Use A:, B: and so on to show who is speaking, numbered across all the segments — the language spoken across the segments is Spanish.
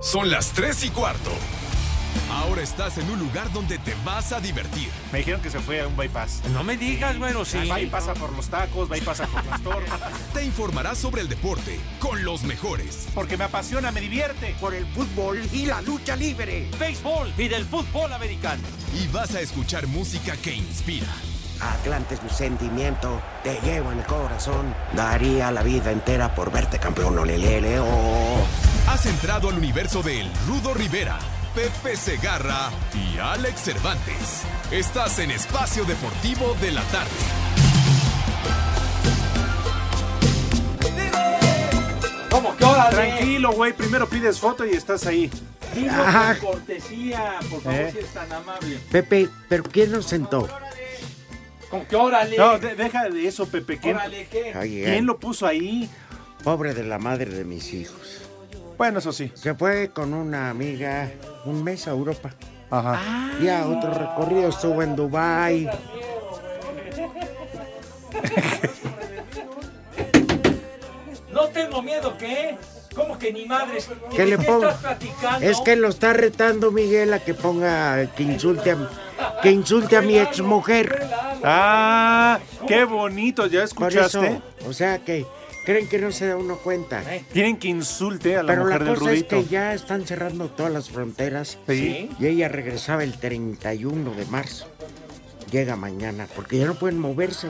A: Son las 3 y cuarto. Ahora estás en un lugar donde te vas a divertir.
B: Me dijeron que se fue a un bypass.
C: No me digas, bueno, sí.
B: Va y pasa por los tacos, va y pasa por las tortas.
A: Te informarás sobre el deporte con los mejores.
B: Porque me apasiona, me divierte.
D: por el fútbol y la lucha libre.
C: Béisbol y del fútbol americano.
A: Y vas a escuchar música que inspira.
D: Atlante es mi sentimiento, te llevo en el corazón. Daría la vida entera por verte campeón, olelele, oh.
A: Has entrado al universo de El Rudo Rivera, Pepe Segarra y Alex Cervantes. Estás en Espacio Deportivo de la Tarde.
C: ¿Cómo que ahora?
B: Tranquilo, güey. Primero pides foto y estás ahí.
C: Digo
E: Ah.
C: por cortesía, por favor,
B: Eh.
C: si es tan amable.
E: Pepe, ¿pero quién nos sentó?
C: Como que órale.
B: No, de- deja de eso, Pepe. ¿Quién,
C: órale, ¿qué?
E: Ay, ay,
B: quién lo puso ahí?
E: Pobre de la madre de mis hijos.
B: Bueno, eso sí.
E: Se fue con una amiga un mes a Europa.
B: Ajá.
E: Y a otro recorrido estuvo en Dubai.
C: No tengo miedo, ¿qué? ¿Cómo que ni madres? ¿De
E: ¿Qué le pongo?
C: estás platicando?
E: Es que lo está retando Miguel a que ponga, que insulte a, que insulte a mi exmujer.
B: Ah, qué bonito. ¿Ya
E: Por eso,
B: escuchaste?
E: o sea que creen que no se da uno cuenta.
B: Quieren que insulte a la
E: Pero la
B: mujer del
E: cosa es
B: rudito.
E: que ya están cerrando todas las fronteras
B: Sí.
E: y ella regresaba el 31 de marzo. Llega mañana porque ya no pueden moverse.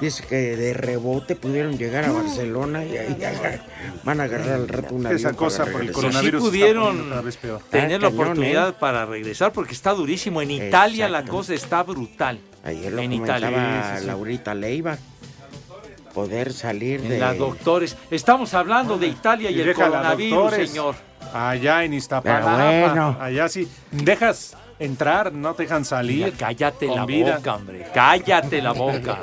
E: Dice que de rebote pudieron llegar a Barcelona y ahí agar- van a agarrar al rato una
B: Esa cosa por el
C: Sí,
B: coronavirus está
C: pudieron
B: poniendo cada vez peor.
C: tener
E: Ah,
C: la
E: cañón,
C: oportunidad
E: ¿eh?
C: para regresar porque está durísimo. En Italia la
E: Exacto.
C: cosa está brutal.
E: Ayer lo
C: en
E: comentaba
C: Italia. Sí, sí, sí.
E: Laurita Leiva. Poder salir de...
C: En las doctores. Estamos hablando de Italia y, el
B: deja a la
C: coronavirus,
B: doctores.
C: señor.
B: Allá en Iztapalapa.
E: Pero bueno.
B: Allá sí. Dejas entrar, no te dejan salir.
C: Mira, cállate
B: Con
C: la
B: vida.
C: boca, hombre. Cállate la boca.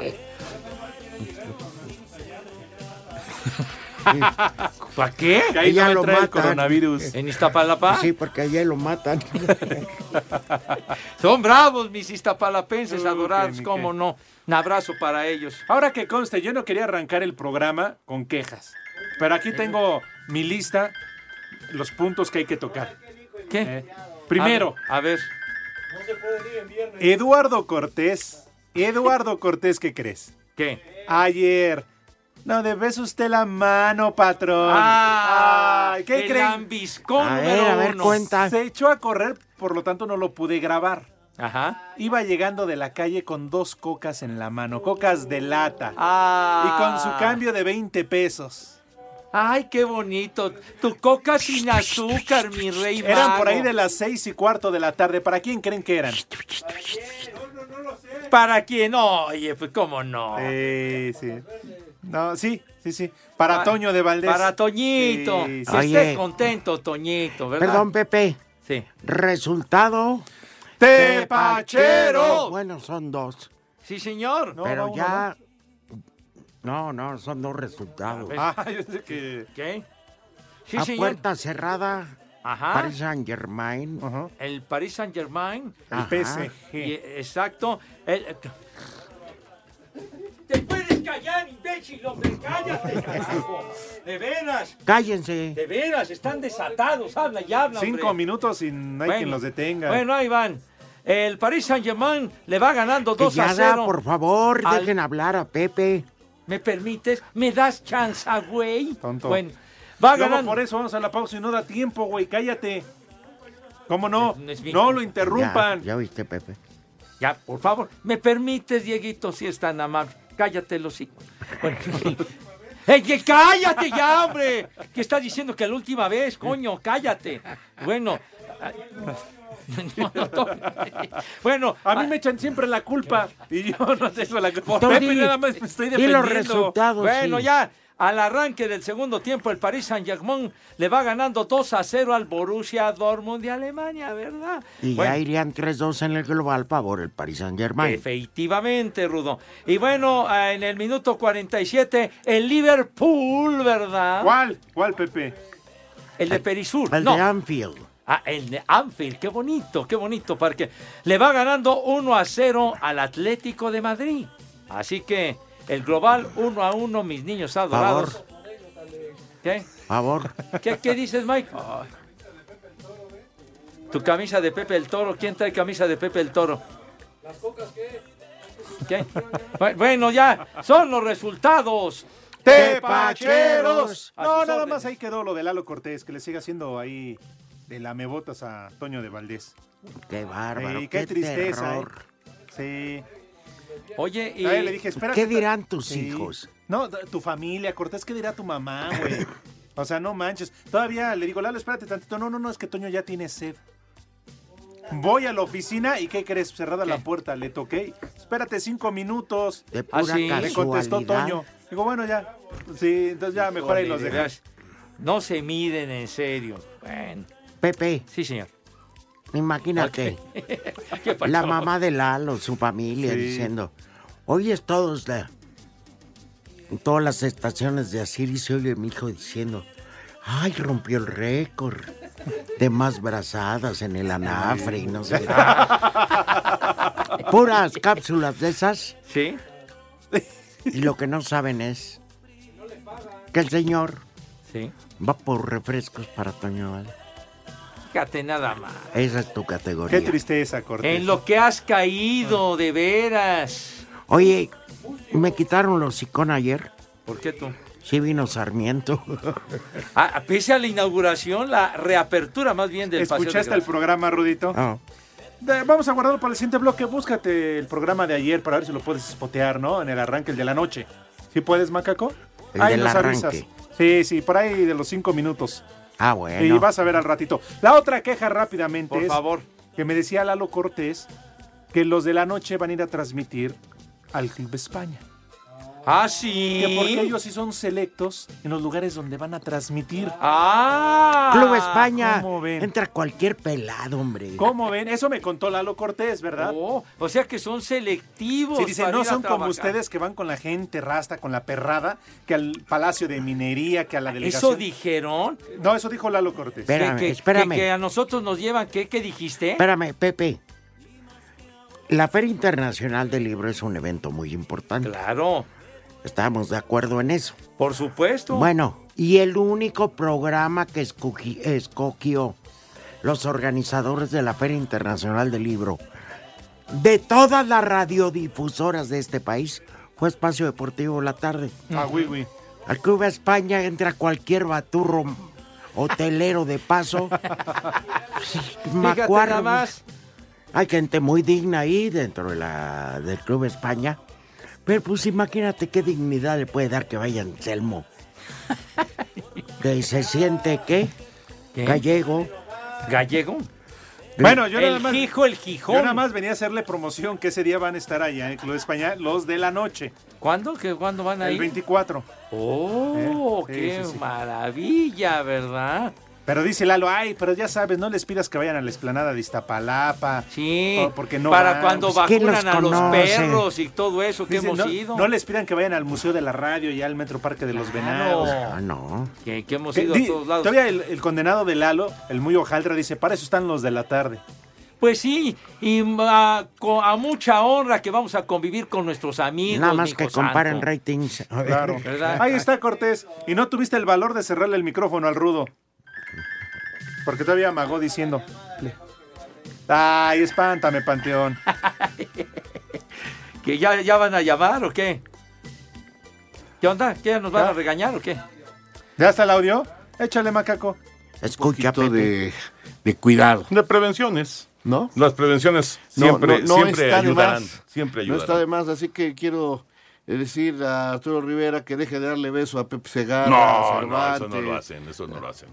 C: ¿Para qué?
B: Que ahí
E: Ella
B: no
E: lo
B: entra el
E: matan.
B: coronavirus.
C: ¿En Iztapalapa?
E: Ah. Sí, porque ayer lo matan.
C: Son bravos mis iztapalapenses
B: Uh,
C: adorados,
B: que ni
C: cómo
B: qué.
C: no. Un abrazo para ellos.
B: Ahora que conste, yo no quería arrancar el programa con quejas, pero aquí tengo mi lista, los puntos que hay que tocar.
C: ¿Qué?
B: ¿eh? Primero,
C: A ver.
B: Eduardo Cortés. Eduardo Cortés, ¿qué crees?
C: ¿Qué?
B: Ayer. No, debes usted la mano, patrón. Ay, Ah, ¿Qué
C: Ah, el
B: creen?
C: lambiscón
E: A ver,
C: número
E: a ver,
C: uno.
E: cuenta.
B: Se echó a correr, por lo tanto no lo pude grabar.
C: Ajá.
B: Iba llegando de la calle con dos cocas en la mano, cocas de lata.
C: Ah.
B: Y con su cambio de 20 pesos.
C: Ay, qué bonito. Tu coca sin azúcar, mi rey.
B: Eran
C: mago.
B: por ahí de las seis y cuarto de la tarde. ¿Para quién creen que eran?
C: ¿Para quién? Oye, pues cómo no.
B: Sí, sí. No, sí, sí, sí. Para
C: Pa-
B: Toño de Valdés.
C: Para Toñito.
B: Sí, sí.
C: Que esté
E: Oye.
C: contento, Toñito, ¿verdad?
E: Perdón, Pepe.
C: Sí.
E: Resultado.
B: ¡Tepachero!
E: Bueno, son dos.
C: Sí, señor.
B: No,
E: pero
B: no,
E: ya. No, no, son dos
C: A
E: resultados.
C: ver,
B: Ah, yo sé que.
C: ¿Qué? Sí,
E: a
C: señor. Ah.
E: puerta cerrada,
C: Ajá.
E: Paris Saint Germain.
B: Ajá.
C: El Paris Saint Germain.
E: Ajá.
B: El PSG.
C: exacto. El- eh, Te puedes callar, imbécil, hombre. Cállate, carajo. De veras,
E: Cállense.
C: de veras, están desatados. Habla y habla.
B: Cinco
C: hombre.
B: minutos y no hay
C: Bueno,
B: quien los detenga.
C: Bueno, ahí van. El Paris Saint Germain le va ganando
E: Que
C: 2 a
E: ya da,
C: 0.
E: por favor,
C: al-
E: dejen hablar a Pepe.
C: ¿Me permites? ¿Me das chance, güey?
B: Tonto.
C: Bueno, va
B: Luego
C: ganando.
B: por eso vamos a la pausa y no da tiempo, güey. Cállate. ¿Cómo no?
C: Es- es mi-
B: No lo
E: Ya,
B: interrumpan.
E: ya oíste, Pepe.
C: Ya, por favor. ¿Me permites, Dieguito, si es tan amable? Cállate los hocico. Bueno. ¡Ey, que cállate ya, hombre! ¿Qué estás diciendo que la última vez, coño? ¡Cállate! Bueno. ay, no, no, no. Bueno,
B: A mí me echan siempre la culpa. Ah. Y yo no tengo la culpa.
E: Tú
B: Pepe,
E: di-
B: nada más me estoy
E: di
B: defendiendo.
E: los resultados.
C: Bueno,
E: sí.
C: ya al arranque del segundo tiempo, el Paris Saint-Germain le va ganando 2 a 0 al Borussia Dortmund de Alemania, ¿verdad?
E: Y
C: Bueno,
E: ya irían 3-2 en el global, favor, el Paris Saint Germain.
C: Efectivamente, Rudo. Y bueno, ah, en el minuto 47, el Liverpool, ¿verdad?
B: ¿Cuál? ¿Cuál, Pepe?
C: El de Perisur.
E: El
C: no,
E: de Anfield.
C: Ah, el de Anfield. Qué bonito, qué bonito parque. Le va ganando 1 a 0 al Atlético de Madrid. Así que el global 1 a 1, mis niños adorados. ¿Qué?
E: Favor.
C: ¿Qué, qué dices, Mike? Tu camisa de Pepe el Toro. ¿Quién trae camisa de Pepe el Toro? ¿Qué? Bu- Bueno, ya son los resultados.
B: ¡Tepacheros!
C: A
B: No,
C: sus
B: nada
C: órdenes.
B: más ahí quedó lo de Lalo Cortés, que le sigue haciendo ahí de lamebotas a Toño de Valdés.
E: Qué bárbaro.
B: Sí,
E: qué,
B: qué tristeza, ¿eh?
E: terror.
B: Sí.
C: Oye, y
B: A él le dije, espérate.
E: ¿Qué dirán tus
B: Sí.
E: hijos?
B: No, d- tu familia, Cortés, ¿qué dirá tu mamá, güey? O sea, no manches. Todavía le digo, Lalo, espérate tantito. No, no, no, es que Toño ya tiene sed. Voy a la oficina y ¿qué crees? Cerrada la
C: ¿Qué?
B: puerta, le toqué. Espérate cinco minutos.
E: De pura
C: Ah, sí.
B: Le contestó
E: casualidad.
B: Toño. Digo, bueno, ya. Sí, entonces ya mejor ahí los
C: de
B: dejas.
C: veras, no se miden en serio. Bueno,
E: Pepe,
C: sí, señor.
E: imagínate.
C: ¿Qué pasó?
E: La mamá de Lalo, su familia,
B: Sí.
E: diciendo, oyes todos la- en todas las estaciones de Asir y se oye mi hijo diciendo, ay, rompió el récord de más brazadas en el anafre y no sé qué". Puras cápsulas de esas
C: Sí.
E: y lo que no saben es que el señor
C: Sí.
E: va por refrescos para Toño. ¿vale?
C: Fíjate nada más.
E: Esa es tu categoría.
B: Qué tristeza, Cortés.
C: En lo que has caído, de veras.
E: Oye, me quitaron los sicón ayer.
C: ¿Por qué tú?
E: Sí vino Sarmiento.
C: Ah, ah, pese a la inauguración, la reapertura más bien del paseo.
B: ¿Escuchaste
C: de
B: el
C: Gracia.
B: programa, Rudito?
E: No.
B: Da- Vamos a guardarlo para el siguiente bloque. Búscate el programa de ayer para ver si lo puedes spotear, ¿no? En el arranque, el de la noche. ¿Sí puedes, Macaco?
E: El del arranque.
B: Sí, sí, por ahí de los cinco minutos.
E: Ah,
B: Y
E: bueno.
B: vas a ver al ratito. La otra queja rápidamente
C: Por
B: es
C: favor.
B: que me decía Lalo Cortés que los de la noche van a ir a transmitir al Club España.
C: Ah, sí.
B: Que porque ellos sí son selectos en los lugares donde van a transmitir.
C: Ah.
E: Club España.
B: ¿cómo ven?
E: Entra cualquier pelado, hombre.
B: ¿Cómo ven? Eso me contó Lalo Cortés, ¿verdad?
C: Oh, o sea que son selectivos.
B: Sí, dice,
C: para
B: no
C: ir a
B: son como
C: trabajar.
B: ustedes que van con la gente rasta, con la perrada, que al Palacio de Minería, que a la delegación.
C: Ah, Eso dijeron. Que-
B: No, eso dijo Lalo Cortés.
E: Pero- Espérame,
C: que, que-
E: espérame.
C: Que, a nosotros nos llevan, ¿qué, qué dijiste?
E: Espérame, Pepe. La Feria Internacional del Libro es un evento muy importante.
C: Claro,
E: Estamos de acuerdo en eso.
C: por supuesto.
E: Bueno, y el único programa que escogi- escogió los organizadores de la Feria Internacional del Libro de todas las radiodifusoras de este país fue Espacio Deportivo La Tarde.
B: Ah, güey, güey.
E: Al Club España entra cualquier baturro hotelero de paso.
C: Fíjate
E: Macuarro.
C: nada más.
E: Hay gente muy digna ahí dentro de la, del Club España. Pero pues imagínate qué dignidad le puede dar que vaya Anselmo. que se siente que
C: ¿Qué?
E: gallego.
C: Gallego.
B: Bueno, yo nada
C: el
B: más.
C: Gijo, el
B: Yo
C: Gijón.
B: nada más venía a hacerle promoción que ese día van a estar allá en el Club España, los de la noche,
C: ¿Cuándo? ¿Qué- ¿Cuándo van a
B: el
C: ir?
B: 24.
C: Oh,
B: Eh, sí,
C: qué
B: sí, sí.
C: maravilla, ¿verdad?
B: Pero dice Lalo, ay, pero ya sabes, no les pidas que vayan a la esplanada de Iztapalapa.
C: Sí,
E: Oh,
B: o- Porque no
C: para
B: van.
C: cuando
E: Pues, ¿quién
C: vacunan
E: los
C: a los
E: conoce?
C: perros y todo eso que
B: Dice,
C: hemos
B: no,
C: ido.
B: no les pidan que vayan al Museo de la Radio y al Metro Parque de los
C: Claro.
B: Venados.
E: Ah, no.
C: que, que hemos
B: Que
C: ido
B: di-
C: a todos lados.
B: Todavía el, el condenado de Lalo, el muy hojaldra, dice, para eso están los de la tarde.
C: Pues sí, y a, co- a mucha honra que vamos a convivir con nuestros amigos.
E: Nada más
C: mijo
E: que
C: santo.
E: comparen ratings. A ver,
C: ¿Verdad?
B: Ahí está Cortés. Y no tuviste el valor de cerrarle el micrófono al rudo. Porque todavía amagó diciendo. Ay, espántame, Panteón.
C: ¿Que ya, ya van a llamar o qué? ¿Qué onda? ¿Qué nos van
B: Ya.
C: a regañar o qué?
B: ¿Ya está el audio? Échale, macaco.
E: Escucha,
F: poquito
E: Pepe.
F: de, de cuidado,
G: De prevenciones.
F: ¿no?
G: Las prevenciones
F: No,
G: siempre,
F: no- no
G: siempre
F: está de
G: ayudarán.
F: más.
G: Siempre
F: No está de
G: ayudarán.
F: más, así que quiero eh, decir a Arturo Rivera que deje de darle beso a Pepe Segarra, a
G: No, no, eso
F: Cervantes.
G: no lo hacen, eso no lo hacen.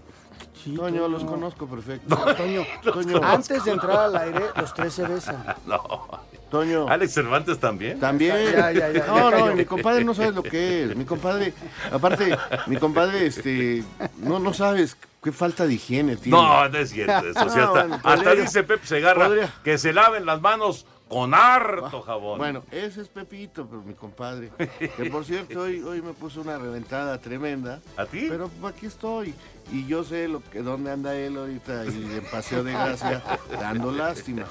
F: Toño, los conozco perfecto. Toño, Toño,
H: Antes de entrar al aire, los tres se besan.
G: No.
F: Toño,
G: Alex Cervantes también.
F: también.
H: Ya, ya, ya,
F: no,
H: ya
F: no,
H: cayó.
F: mi compadre no sabe lo que es. Mi compadre, aparte, mi compadre, este, no, no sabes qué falta de higiene tiene.
G: No, no es cierto eso. sí,
F: No,
G: hasta,
F: bueno,
G: hasta
F: podría.
G: dice Pep Segarra
F: Podría. Ah,
G: que se laven las manos con harto jabón.
F: Bueno, ese es Pepito, pero mi compadre. Que por cierto, hoy, hoy me puso una reventada tremenda.
G: ¿A ti?
F: Pero pues, aquí estoy. Y yo sé lo que, dónde anda él ahorita y en Paseo de Gracia, dando lástimas.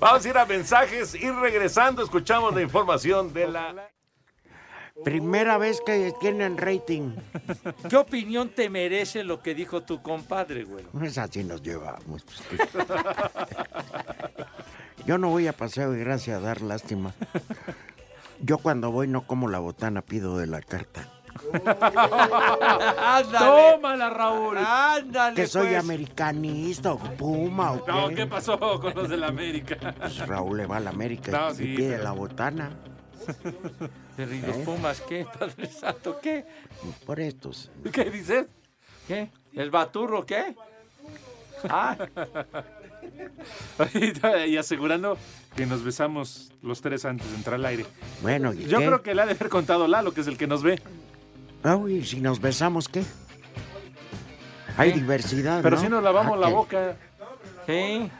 G: Vamos a ir a mensajes y regresando escuchamos la información de la...
E: Primera vez que tienen rating.
C: ¿Qué opinión te merece lo que dijo tu compadre, güey?
E: Pues así nos llevamos. pues. Yo no voy a paseo de gracia a dar lástima. Yo cuando voy no como la botana, pido de la carta.
C: ¡Ándale!
B: Tómala, Raúl.
C: ¡Ándale,
E: Que soy
C: pues!
E: americanista o puma o
B: No, ¿qué
E: qué.
B: pasó con los de la América?
E: Pues Raúl le va a la América
B: No,
E: y
B: sí,
E: pide
B: pero-
E: la botana.
C: Pero ¿y los
E: ¿Eh?
C: Pumas qué, Padre Santo? ¿Qué?
E: Por estos.
C: ¿Qué dices? ¿Qué? ¿El Baturro qué? Ah,
B: Ahorita, y asegurando que nos besamos los tres antes de entrar al aire.
E: Bueno, ¿y
B: Yo
E: qué?
B: creo que le ha de haber contado Lalo, que es el que nos ve.
E: Ah, uy, si nos besamos, ¿qué? Hay diversidad,
B: Pero
E: ¿no?
B: si nos lavamos
E: Ah,
B: la
E: que-
B: boca.
C: ¿sí?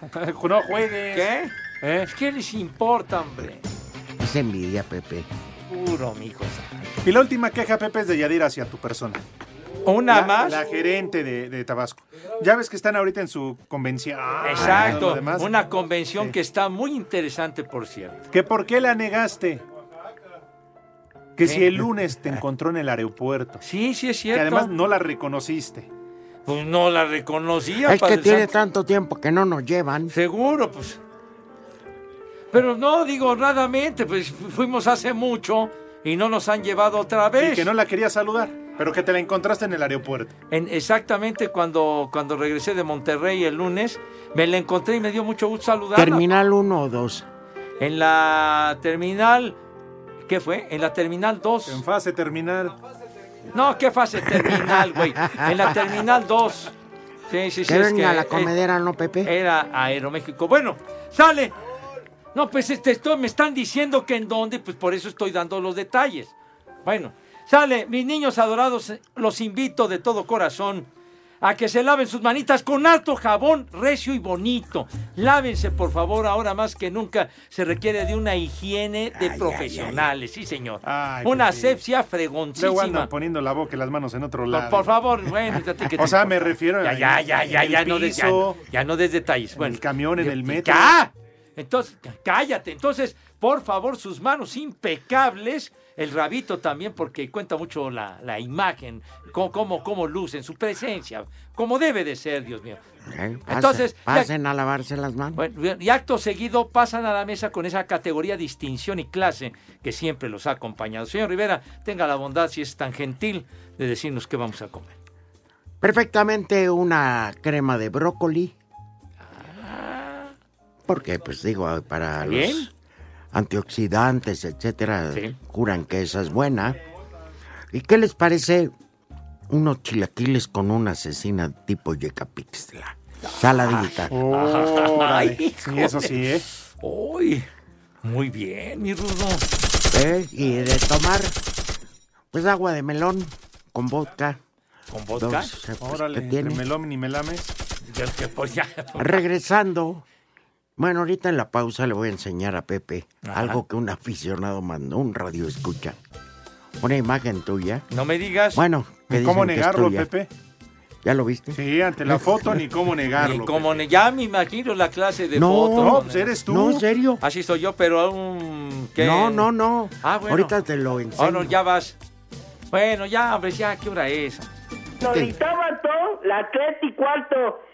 B: No juegues.
C: ¿Qué?
B: ¿Eh?
C: ¿Qué les importa, hombre?
E: Es envidia, Pepe.
C: Puro, mijo.
B: Y la última queja, Pepe, es de Yadir hacia tu persona.
C: ¿Una
B: La-
C: más?
B: La gerente de, de Tabasco. Ya ves que están ahorita en su convención. Ah, y lo
C: Exacto.
B: demás.
C: Una convención
B: Sí.
C: que está muy interesante, por cierto.
B: ¿Que por qué la negaste? Que si
C: ¿Eh?
B: el lunes te encontró en el aeropuerto.
C: Sí, sí es
B: Que
C: cierto.
B: además no la reconociste.
C: Pues no la reconocía,
E: es que
C: Padre
E: tiene
C: Santo.
E: tanto tiempo que no nos llevan.
C: Seguro, pues. Pero no, digo honradamente, pues fu- fuimos hace mucho y no nos han llevado otra vez.
B: Y que no la quería saludar, pero que te la encontraste en el aeropuerto.
C: En- exactamente cuando, cuando regresé de Monterrey el lunes, me la encontré y me dio mucho gusto saludarla.
E: Terminal 1 o 2.
C: En la terminal, ¿qué fue? En la terminal 2.
B: En fase terminal.
C: No, ¿qué fase terminal, güey? En la terminal 2. Sí, sí, sí.
E: que
C: es
E: venga
C: que,
E: la
C: eh,
E: comedera, ¿no, Pepe?
C: Era Aeroméxico. Bueno, sale. No, pues este, esto- me están diciendo que en dónde, pues por eso estoy dando los detalles. Bueno, sale, mis niños adorados, eh, los invito de todo corazón a que se laven sus manitas con harto jabón recio y bonito. Lávense, por favor, ahora más que nunca se requiere de una higiene de profesionales, sí, señor.
B: Ay,
C: una
B: pues sí.
C: asepsia
B: Luego andan
C: fregoncísima. Por,
B: poniendo la boca y las manos en otro lado.
C: por favor, bueno, ya te- que
B: O
C: te-
B: sea, me refiero
C: ya,
B: en-
C: ya, ya, ya,
B: en
C: ya,
B: el
C: no des, ya,
B: piso,
C: no- ya no des detalles.
B: en
C: Bueno,
B: el camión, en
C: de-
B: el metro.
C: ¡Ya! Entonces, c- cállate. Entonces, por favor, sus manos impecables. El rabito también, porque cuenta mucho la, la imagen, cómo, cómo, cómo luce en su presencia, como debe de ser, Dios mío.
E: Eh, pasen-
C: Entonces, ya-
E: pasen a lavarse las manos.
C: Bueno, bien, y acto seguido pasan a la mesa con esa categoría, distinción y clase que siempre los ha acompañado. Señor Rivera, tenga la bondad, si es tan gentil, de decirnos qué vamos a comer.
E: Perfectamente una crema de brócoli. Porque, pues digo, para
C: Ah. ¿Bien?
E: los antioxidantes, etcétera,
C: Sí.
E: curan que esa es buena. ¿Y qué les parece unos chilaquiles con una asesina tipo Yecapixtla? Saladita.
B: Órale.
C: Ay,
B: sí, eso sí, ¿eh?
C: ¡Uy! Muy bien, mi rudo.
E: ¿eh? Y de tomar, pues agua de melón con vodka.
C: ¿Con vodka?
E: Dos, o sea, pues, ¿qué
B: Órale, entre
E: tiene?
B: melón y melames.
C: Yo que pues ya.
E: Regresando. Bueno, ahorita en la pausa le voy a enseñar a Pepe
C: Ajá.
E: algo que un aficionado mandó, un radio escucha. Una imagen tuya.
C: No me digas
E: Bueno, que
B: ¿Cómo
E: dicen que es
B: negarlo,
E: tuya.
B: Pepe?
E: ¿Ya lo viste?
B: Sí, ante la foto ni cómo negarlo. pues.
C: ni como ne- ya me imagino la clase de
E: pues. No,
C: fotos.
B: No, pues eres tú.
E: No, en serio.
C: Así soy yo, pero aún que
E: No, no, no.
C: Ah, bueno.
E: Ahorita te lo
C: Oh,
E: enseño.
C: no, ya vas. Bueno, ya, hombre, ya, ¿qué hora es?
E: Oh.
I: Nos gritaba todo, la tres y cuarto.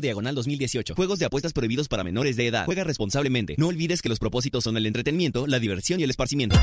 J: diagonal 2018. Juegos de apuestas prohibidos para menores de edad. Juega responsablemente. No olvides que los propósitos son el entretenimiento, la diversión y el esparcimiento.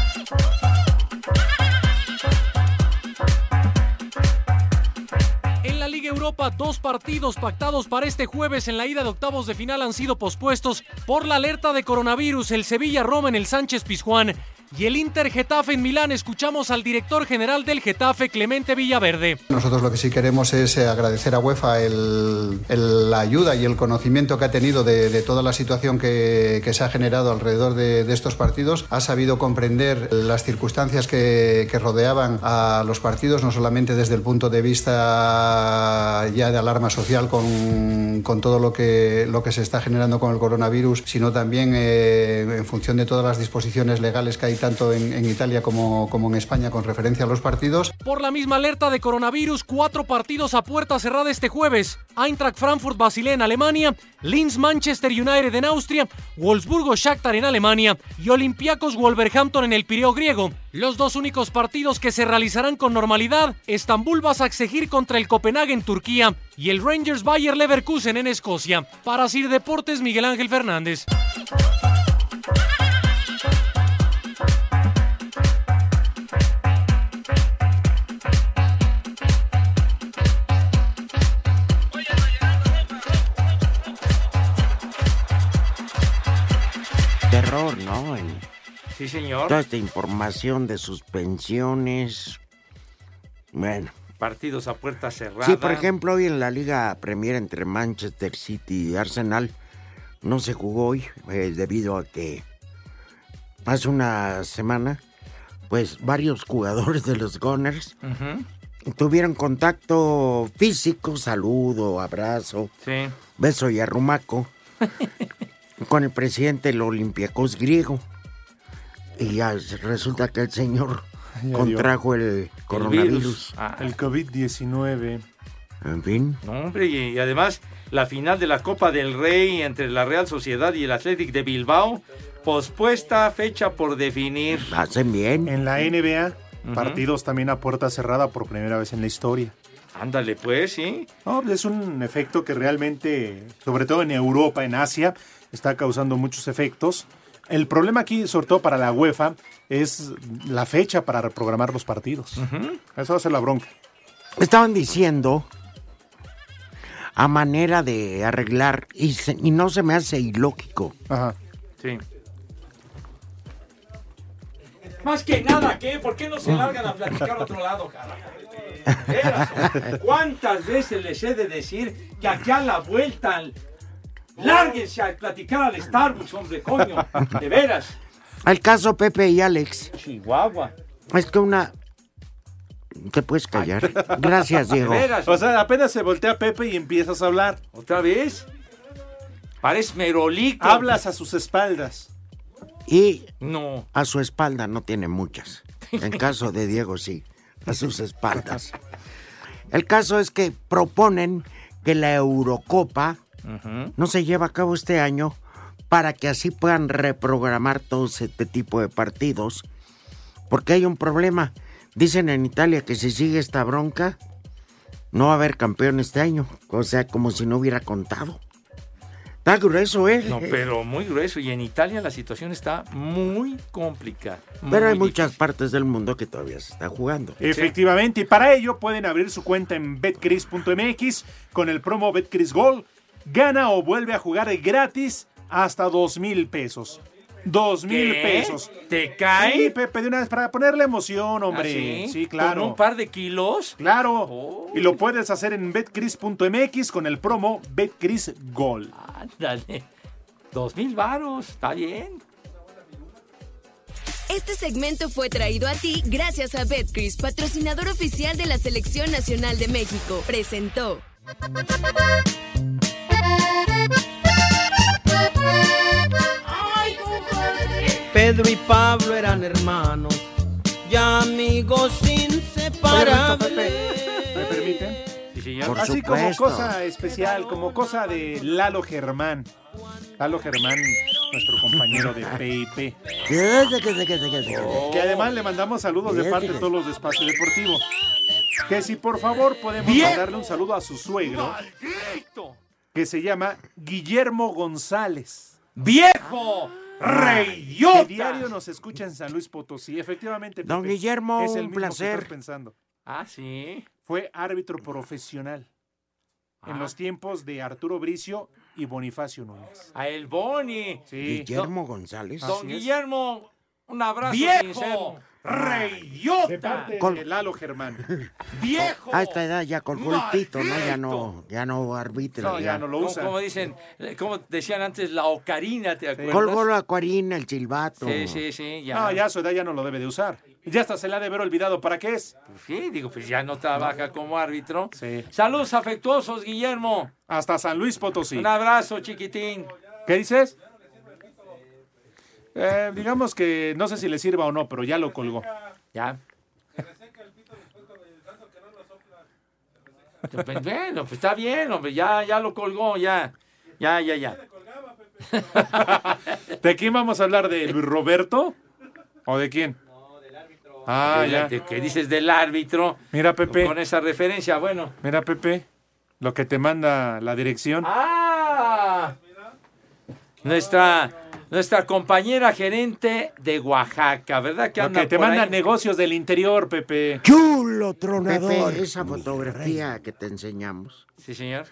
C: En la Liga
K: Europa, dos partidos pactados para este jueves en la ida de octavos de final han sido pospuestos por la alerta de coronavirus. El Sevilla-Roma en el Sánchez Pizjuán y el Inter-Getafe en Milán. Escuchamos al director general del Getafe, Clemente Villaverde.
L: Nosotros lo que sí queremos es eh, agradecer a UEFA el- el- la ayuda y el conocimiento que ha tenido de, de toda la situación que, que se ha generado alrededor de, de estos partidos. Ha sabido comprender las circunstancias que, que rodeaban a los partidos, no solamente desde el punto de vista ya de alarma social con, con todo lo que, lo que se está generando con el coronavirus, sino también eh, en función de todas las disposiciones legales que hay tanto en, en Italia como- como en España con referencia a los partidos.
K: Por la misma alerta de coronavirus, cuatro partidos a puerta cerrada este jueves. Eintracht Frankfurt Basilea en Alemania, Linz Manchester United en Austria, Wolfsburgo Shakhtar en Alemania y Olympiacos Wolverhampton en el Pireo griego. Los dos únicos partidos que se realizarán con normalidad, Estambul Basaksehir contra el Copenhague en Turquía y el Rangers Bayer Leverkusen en Escocia. Para Sir Deportes, Miguel Ángel Fernández.
E: Terror, ¿no? El-
C: Sí, señor.
E: toda esta información de suspensiones. Bueno.
C: Partidos a puerta cerrada.
E: Sí, por ejemplo, hoy en la Liga Premier entre Manchester City y Arsenal no se jugó hoy eh, debido a que hace una semana, pues varios jugadores de los Gunners
C: Ujú.
E: tuvieron contacto físico, saludo, abrazo,
C: Sí.
E: beso y arrumaco con el presidente del Olympiacos griego. Y ya resulta que el señor
B: dio.
E: contrajo el coronavirus.
C: Ah,
B: El COVID-19.
E: En fin.
C: No, hombre, y, y además la final de la Copa del Rey entre la Real Sociedad y el Athletic de Bilbao, pospuesta fecha por definir.
E: Hacen bien.
B: En la NBA,
C: Ujú.
B: partidos también a puerta cerrada por primera vez en la historia.
C: Ándale, pues, sí.
B: No, es un efecto que realmente, sobre todo en Europa, en Asia, está causando muchos efectos. El problema aquí, sobre todo para la UEFA, es la fecha para reprogramar los partidos. Eso va a ser la bronca.
E: Estaban diciendo a manera de arreglar y, se- y no se me hace ilógico.
B: Ajá.
C: Sí. Más que nada, ¿qué? ¿Por qué no se largan a platicar a otro lado, carajo? Veras, ¿Cuántas veces les he de decir que aquí a la vuelta lárguense a platicar al Starbucks, hombre, coño? De veras.
E: Al caso Pepe y Alex,
C: Chihuahua.
E: es que una... Te puedes callar. Gracias, Diego.
B: O sea, apenas se voltea Pepe y empiezas a hablar.
C: ¿Otra vez? Pares merolito.
B: Hablas a sus espaldas.
E: Y
C: No.
E: a su espalda no tiene muchas. En caso de Diego, sí. A sus espaldas. El caso es que proponen que la Eurocopa no se lleva a cabo este año para que así puedan reprogramar todo este tipo de partidos. Porque hay un problema. Dicen en Italia que si sigue esta bronca, no va a haber campeón este año. O sea, como si no hubiera contado. Está grueso, ¿eh?
C: No, pero muy grueso. Y en Italia la situación está muy complicada.
E: Pero hay
C: Muy
E: muchas partes del mundo que todavía se está jugando.
B: Efectivamente, y para ello pueden abrir su cuenta en betcris.mx con el promo Betcris Gold. Gana o vuelve a jugar gratis hasta dos mil pesos. Dos mil
C: ¿Qué?
B: pesos.
C: ¿Te cae?
B: Sí, Pepe, de una vez para ponerle emoción,
C: ¿Ah,
B: hombre.
C: sí?
B: claro.
C: ¿Con un par Oh. de kilos?
B: Claro. Y lo puedes hacer en betcris.mx con el promo Betcris Gold.
C: Ándale. Dos mil varos. Está bien.
M: Este segmento fue traído a ti gracias a Betcris, patrocinador oficial de la Selección Nacional de México. Presentó.
N: Pedro y Pablo eran hermanos y amigos inseparables.
B: ¿Me permiten?
N: Por
B: Así
N: supuesto.
B: como cosa especial, como cosa de Lalo Germán. Lalo Germán, nuestro compañero de PIP.
E: Oh.
B: Que además le mandamos saludos de parte de todos los de Espacio Deportivo. Que si por favor podemos mandarle un saludo a su suegro, que se llama Guillermo González.
C: ¡Viejo!
B: ¡Reyota! diario nos escucha en San Luis Potosí. Efectivamente,
E: Don
B: Pepe,
E: Guillermo,
B: es el
E: un
B: mismo que
E: placer.
B: estás pensando.
C: Ah, sí.
B: Fue árbitro profesional.
E: Ah.
B: en los tiempos de Arturo Bricio y Bonifacio Núñez.
C: A El Boni.
E: Guillermo González.
C: Don Guillermo, un abrazo sincero.
E: ¡Viejo!
C: ¡Reidiota!
B: De parte
E: Con-
B: de Lalo Germán.
C: ¡Viejo!
E: A esta edad ya colgó el pito, ¿no? Ya no, ya no arbitra.
C: Como- Como dicen, eh, como decían antes, la ocarina, ¿te acuerdas?
E: Colgó la acuarina, el silbato.
C: Sí, sí, sí, ya.
B: No, ya a su edad ya no lo debe de usar. Ya hasta se la ha de haber olvidado. ¿Para qué es?
C: Sí, digo, pues ya no trabaja como árbitro. Saludos afectuosos, Guillermo.
B: Hasta San Luis Potosí.
C: Un abrazo, chiquitín.
B: ¿Qué dices? Eh, digamos que no sé si le sirva o no, pero ya lo colgó.
C: Ya. Pues, Bueno, pues está bien, hombre, ya, ya lo colgó, ya. Ya, ya, ya.
B: ¿De quién vamos a hablar? ¿De Luis Roberto? ¿O de quién? Ah, ya.
C: Fíjate, ¿Qué dices del árbitro?
B: Mira, Pepe.
C: Con esa referencia, bueno.
B: Mira, Pepe, lo que te manda la dirección.
C: ¡Ah! Nuestra, nuestra compañera gerente de Oaxaca, ¿verdad? Que
B: Lo
C: anda
B: que te
C: por
B: manda
C: ahí?
B: negocios del interior, Pepe.
E: Chulo tronador.
B: Pepe,
E: esa fotografía que te enseñamos.
C: Sí, señor.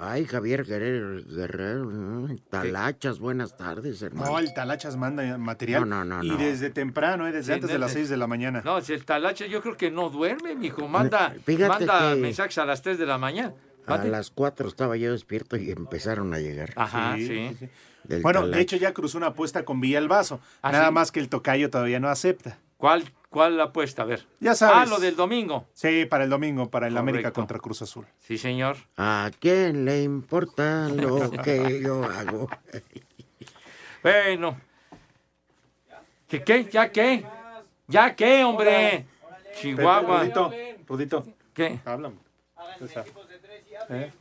E: Ay, Javier Guerrero, Guerrero, ¿no? talachas, buenas tardes, hermano.
B: No, el Talachas manda eh, material.
E: No, no, no,
B: Y
E: no.
B: desde temprano, eh, desde
C: Sí,
B: antes de las
C: desde-
B: 6 de la mañana.
C: No, si el talache yo creo que no duerme, mijo. Manda,
E: Fíjate
C: manda
E: que-
C: mensajes a las 3 de la mañana.
E: A
C: Mande.
E: las 4 estaba yo despierto y empezaron a llegar.
C: Ajá, sí.
E: Del
B: Bueno,
E: Talacha.
B: de hecho ya cruzó una apuesta con Villalbazo.
C: ¿Ah,
B: Nada
C: sí?
B: más que el tocayo todavía no acepta.
C: ¿Cuál, ¿Cuál la apuesta? A ver.
B: Ya sabes.
C: Ah, lo del domingo.
B: Sí, para el domingo, para el América contra Cruz Azul.
C: Sí, señor.
E: ¿A quién le importa lo que yo hago?
C: Bueno. ¿Qué, qué? ¿Ya qué? ¿Ya qué, hombre? Chihuahua.
B: Pepe, Rudito, Rudito.
C: ¿Qué?
B: Háblame. Pues, ah, Esa. ¿Eh?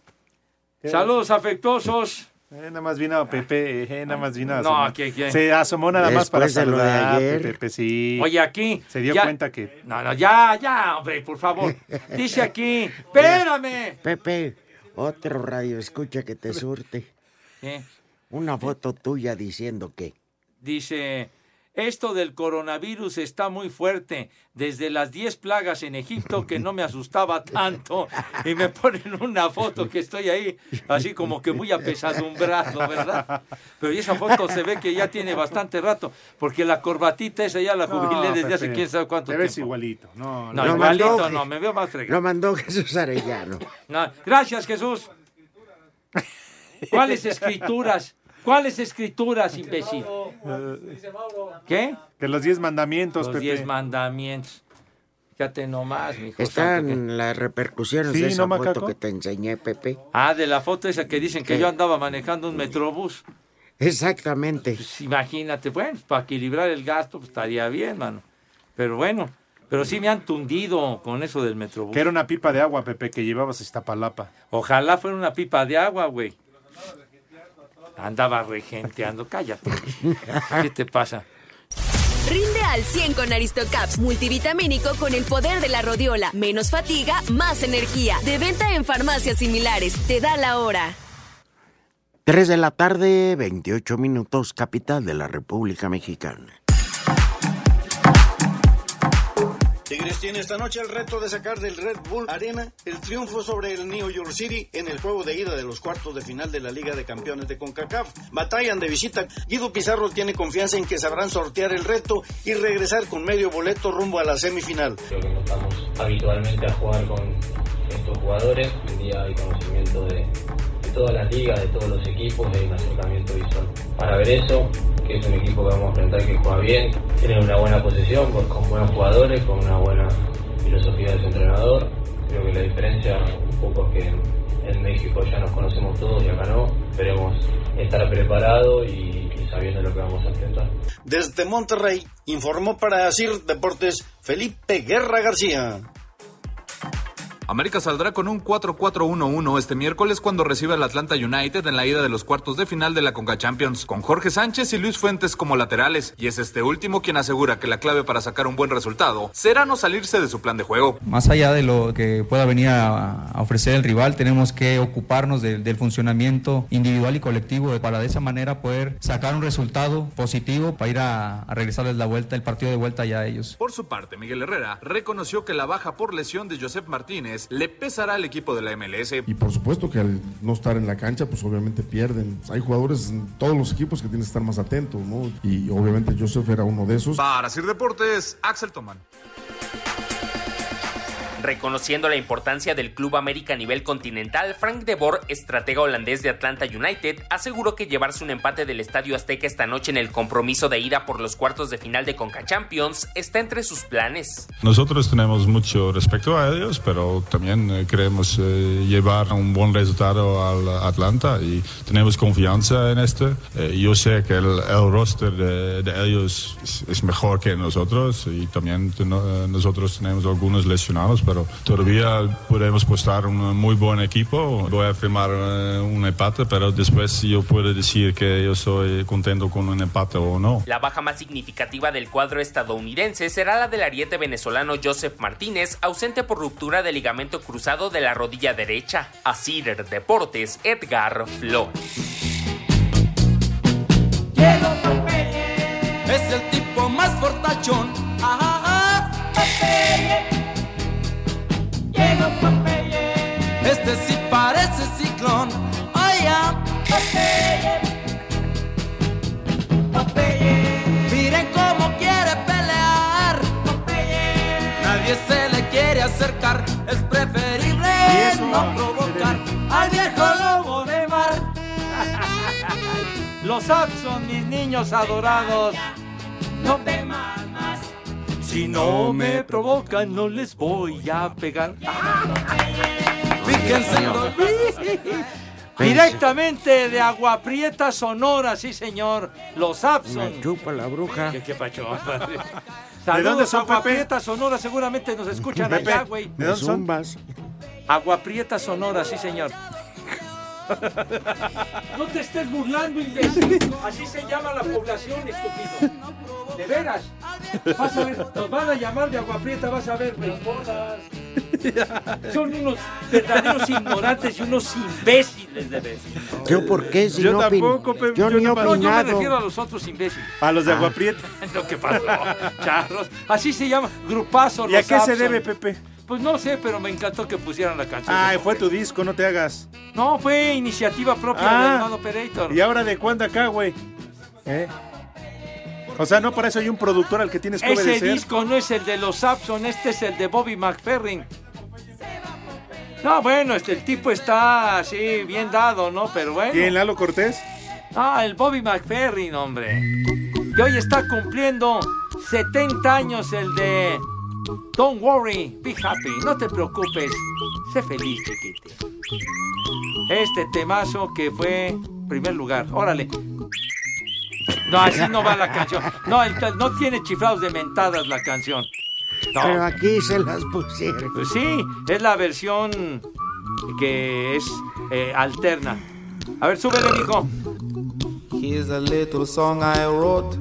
B: ¿Qué?
C: Saludos afectuosos.
B: Eh, nada más vino Pepe, eh, nada más vino. a
C: No,
B: asomar.
C: ¿qué, qué?
B: Se asomó nada más para
E: Después de lo de
B: saludar.
E: ayer.
B: Pepe, sí.
C: Oye, aquí.
B: Se dio
C: ya-
B: cuenta que.
C: No, no, ya, ya, hombre, por favor. Dice aquí. ¡Espérame!
E: Pepe, otro radio escucha que te surte.
C: ¿Qué?
E: Una foto tuya diciendo que.
C: Dice, esto del coronavirus está muy fuerte. Desde las 10 plagas en Egipto que no me asustaba tanto. Y me ponen una foto que estoy ahí, así como que muy apesadumbrado, ¿verdad? Pero esa foto se ve que ya tiene bastante rato, porque la corbatita esa ya la jubilé
B: No,
C: desde hace
B: Pepe,
C: quién sabe cuánto
B: Te
C: tiempo.
B: ves igualito. No,
C: No,
E: Lo
C: igualito
E: mandó-
C: no, me veo más fregado.
E: Lo mandó Jesús Arellano.
C: No, gracias, Jesús. ¿Cuáles escrituras? ¿Cuáles escrituras, imbécil? ¿Qué?
B: De los 10 mandamientos,
C: Los
B: Pepe.
C: diez mandamientos. Fíjate nomás, mijo. santo, que-
E: Están las repercusiones
B: Sí,
E: de esa
B: ¿no,
E: foto
B: macaco?
E: que te enseñé, Pepe.
C: Ah, de la foto esa que dicen que yo andaba manejando un metrobús. Pues,
E: Exactamente.
C: Imagínate, bueno, pues, para equilibrar el gasto pues, estaría bien, mano. Pero bueno, pero sí me han tundido con eso del metrobús.
B: Que era una pipa de agua, Pepe, que llevabas a Iztapalapa.
C: Ojalá fuera una pipa de agua, güey. Andaba regenteando, cállate. ¿Qué te pasa?
M: Rinde al 100 con Aristocaps multivitamínico con el poder de la rodiola. Menos fatiga, más energía. De venta en farmacias similares. Te da la hora.
E: 3 de la tarde, 28 minutos, capital de la República Mexicana.
O: Tigres tiene esta noche el reto de sacar del Red Bull Arena el triunfo sobre el New York City en el juego de ida de los cuartos de final de la Liga de Campeones de CONCACAF. Batallan de visita. Guido Pizarro tiene confianza en que sabrán sortear el reto y regresar con medio boleto rumbo a la semifinal.
P: habitualmente a jugar con estos jugadores. Hoy en día hay conocimiento de, de todas las ligas, de todos los equipos, hay un acercamiento visual. Para ver eso, que es un equipo que vamos a enfrentar que juega bien, tiene una buena posición, con, con buenos jugadores, con una buena filosofía de su entrenador. Creo que la diferencia un poco es que en, en México ya nos conocemos todos y acá no. Esperemos estar preparados y- y sabiendo lo que vamos a enfrentar.
O: Desde Monterrey informó para Asir Deportes Felipe Guerra García.
Q: América saldrá con un 4-4-1-1 este miércoles cuando reciba al Atlanta United en la ida de los cuartos de final de la Conca Champions, con Jorge Sánchez y Luis Fuentes como laterales, y es este último quien asegura que la clave para sacar un buen resultado será no salirse de su plan de juego.
R: Más allá de lo que pueda venir a, a ofrecer el rival, tenemos que ocuparnos del- del funcionamiento individual y colectivo para de esa manera poder sacar un resultado positivo para ir a, a regresarles la vuelta, el partido de vuelta ya a ellos.
Q: Por su parte, Miguel Herrera reconoció que la baja por lesión de Josep Martínez lesiones le pesará al equipo de la MLS.
S: Y por supuesto que al no estar en la cancha, pues obviamente pierden. Hay jugadores en todos los equipos que tienen que estar más atentos, ¿no? Y obviamente Joseph era uno de esos.
Q: Para Sir Deportes, Axel Tomán.
T: Reconociendo la importancia del Club América a nivel continental, Frank de Boer, estratega holandés de Atlanta United, aseguró que llevarse un empate del Estadio Azteca esta noche en el compromiso de ida por los cuartos de final de Conca Champions está entre sus planes.
U: Nosotros tenemos mucho respeto a ellos, pero también eh, queremos eh, llevar un buen resultado al Atlanta y tenemos confianza en esto. Eh, yo sé que el, el roster de, de ellos es, es mejor que nosotros y también ten- eh, nosotros tenemos algunos lesionados, pero todavía podemos postar un muy buen equipo. Voy a firmar eh, un empate, pero después yo puedo decir que yo soy contento con un empate o no.
T: La baja más significativa del cuadro estadounidense será la del ariete venezolano Joseph Martínez, ausente por ruptura del ligamento cruzado de la rodilla derecha. A Cider Deportes, Edgar Flores.
V: Es el tipo más fortachón. Ajá, ajá. Llegó Popeye. Este sí parece ciclón. Oye. Popeye. Miren cómo quiere pelear. Nadie se le quiere acercar. Es preferible no provocar al viejo lobo de mar.
C: Los Abson, mis niños adorados. No teman más. Si no me provocan, no les voy a pegar. Fíjense. Directamente de Agua Prieta, Sonora, sí señor. Los Abson.
E: Me chupa la bruja.
C: ¿Qué, pacho?
E: ¿De dónde son,
C: Agua
E: Pepe?
C: Prieta, Sonora, seguramente nos escuchan
E: Pepe,
C: allá, güey.
E: ¿de dónde son? Zumbas.
C: Agua Prieta, Sonora, sí señor. No te estés burlando, imbécil. Así se llama la población, estúpido. De veras. Vas a ver, nos van a llamar de Agua Prieta, vas a ver, güey. Son unos verdaderos ignorantes y unos imbéciles de veras.
E: ¿Yo por qué? Si
C: Yo
E: no opin-
C: tampoco,
E: Yo, ni he
C: No, yo me
E: opinado.
C: refiero a los otros imbéciles.
B: A Ah, los de Agua Prieta.
C: Lo que pasó, charros. Así se llama, grupazo.
B: ¿Y a
C: los
B: qué se
C: Abson.
B: debe, Pepe?
C: Pues no sé, pero me encantó que pusieran la canción.
B: Ay, fue tu disco, no te hagas.
C: No, fue iniciativa propia
B: Ah.
C: del hermano Operator.
B: ¿Y ahora de cuándo acá, güey? ¿Eh? O sea, no para eso hay un productor al que tienes que
C: Ese
B: obedecer.
C: disco no es el de los Sapson, este es el de Bobby McFerrin. No, bueno, este, el tipo está así, bien dado, ¿no? Pero bueno.
B: ¿Quién, Lalo Cortés?
C: Ah, el Bobby McFerrin, hombre. Que hoy está cumpliendo 70 años el de Don't Worry, Be Happy. No te preocupes, sé feliz, chiquite. Este temazo que fue primer lugar. Órale. No, así no va la canción. No, el- no tiene chiflados de mentadas la canción. No.
E: Pero aquí se las pusieron.
C: Pues sí, es la versión que es eh, alterna. A ver, súbele, mijo.
W: Here's a little song I wrote.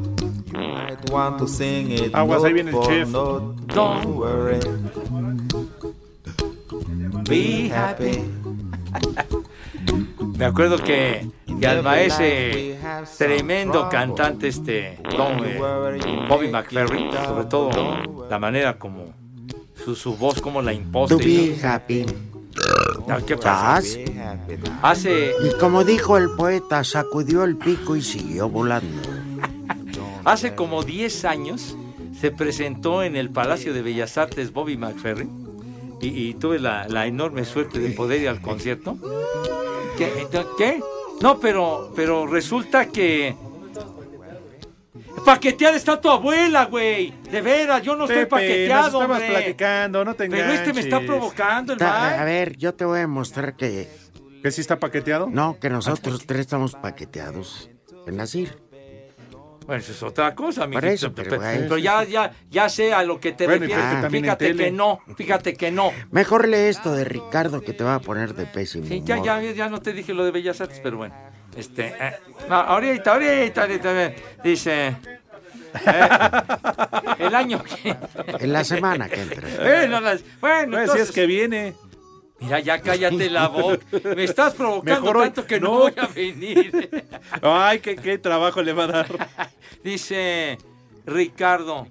W: Might want to sing it.
C: Aguas, ahí
W: note
C: viene el
W: for
C: chef.
W: note.
C: Don't
W: Don't worry.
C: Be happy. Me acuerdo que, que Alba ese tremendo cantante este don, eh, Bobby McFerrin, sobre todo la manera como su, su voz como la imposta.
E: To
C: y-
E: be happy.
C: No, ¿Qué pasa?
E: Estás.
C: Hace
E: Y como dijo el poeta, sacudió el pico y siguió volando.
C: Hace como 10 años se presentó en el Palacio de Bellas Artes Bobby McFerrin y, y tuve la, la enorme suerte de poder ir al concierto. ¿Qué? ¿Qué? No, pero, pero resulta que... Paqueteada está tu abuela, güey. De veras, yo no estoy
B: Pepe, nos
C: paqueteado,
B: estabas
C: hombre.
B: platicando, no te
C: Pero este me está
B: enganches.
C: provocando el
E: Ta-
C: mal.
E: A ver, yo te voy a demostrar que.
B: ¿Que sí está paqueteado?
E: No, que nosotros tres estamos paqueteados. En la CIR.
C: Bueno, eso es otra cosa, mi
E: Por eso, pero bueno.
C: ya, ya, ya sé a lo que te
E: Bueno, y
C: refieres.
E: Pepe también en
C: Fíjate que
E: tele.
C: no, fíjate que no.
E: Mejor lee esto de Ricardo que te va a poner de pésimo.
C: Sí, ya,
E: humor.
C: ya, ya no te dije lo de Bellas Artes, pero bueno. Este, eh, no, ahorita, ahorita, ahorita, ven. dice. eh, el año que.
E: En la semana que entra.
C: bueno, las- bueno,
B: No decías
C: entonces-
B: Pues, que viene.
C: Mira, ya cállate la voz. Me estás provocando
B: Mejor hoy.
C: tanto que no,
B: No.
C: voy a venir.
B: Ay, qué, qué trabajo le va a dar.
C: Dice Ricardo.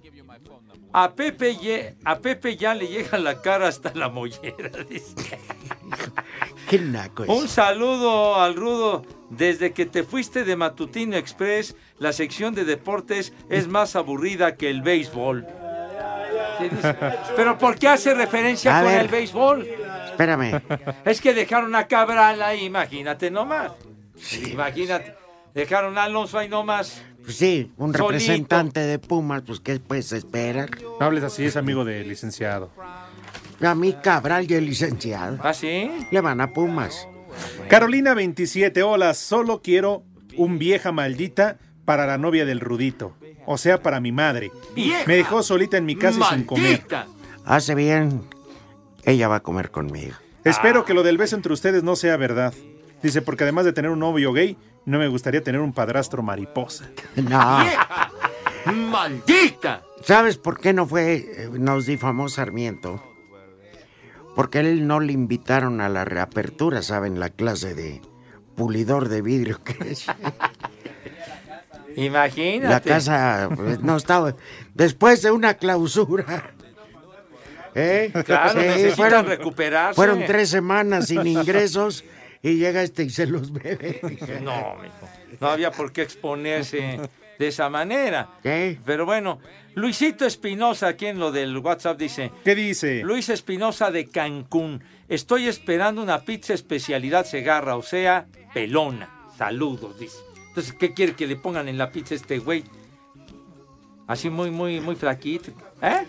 C: A Pepe, ye- a Pepe ya le llega la cara hasta la mollera. dice.
E: Qué naco es.
C: Un saludo al Rudo. Desde que te fuiste de Matutino Express, la sección de deportes es más aburrida que el béisbol. Sí, dice. Pero ¿por qué hace referencia
E: A
C: con
E: ver.
C: el béisbol?
E: Espérame.
C: Es que dejaron a Cabral ahí, imagínate nomás. Imagínate. Dejaron a Alonso ahí nomás.
E: Pues sí, un
C: Solito.
E: representante de Pumas, pues ¿qué puedes esperar?
B: No hables así, es amigo del licenciado.
E: A mí Cabral y el licenciado.
C: ¿Ah, sí?
E: Le van a Pumas.
B: Carolina 27, hola, solo quiero un vieja maldita para la novia del Rudito. O sea, para mi madre.
C: ¡Vieja!
B: Me dejó solita en mi casa y sin comer.
C: ¡Maldita! Ah.
E: Hace bien. Ella va a comer conmigo.
B: Espero que lo del beso entre ustedes no sea verdad. Dice, porque además de tener un novio gay, no me gustaría tener un padrastro mariposa.
E: No.
C: ¡Maldita!
E: ¿Sabes por qué no fue? eh, Nos difamó Sarmiento. Porque a él no le invitaron a la reapertura, ¿saben? La clase de pulidor de vidrio que es.
C: Imagínate.
E: La casa pues, no estaba. Después de una clausura. ¿Eh?
C: Claro,
E: Sí,
C: necesitan recuperarse.
E: Fueron tres semanas sin ingresos y llega este y se los bebe.
C: No, mijo. No había por qué exponerse de esa manera.
E: ¿Qué?
C: Pero bueno, Luisito Espinosa, aquí en lo del WhatsApp dice.
B: ¿Qué dice?
C: Luis Espinosa de Cancún. Estoy esperando una pizza especialidad cegarra, o sea, pelona. Saludos, dice. Entonces, ¿qué quiere que le pongan en la pizza a este güey? Así muy, muy, muy flaquito. ¿Eh?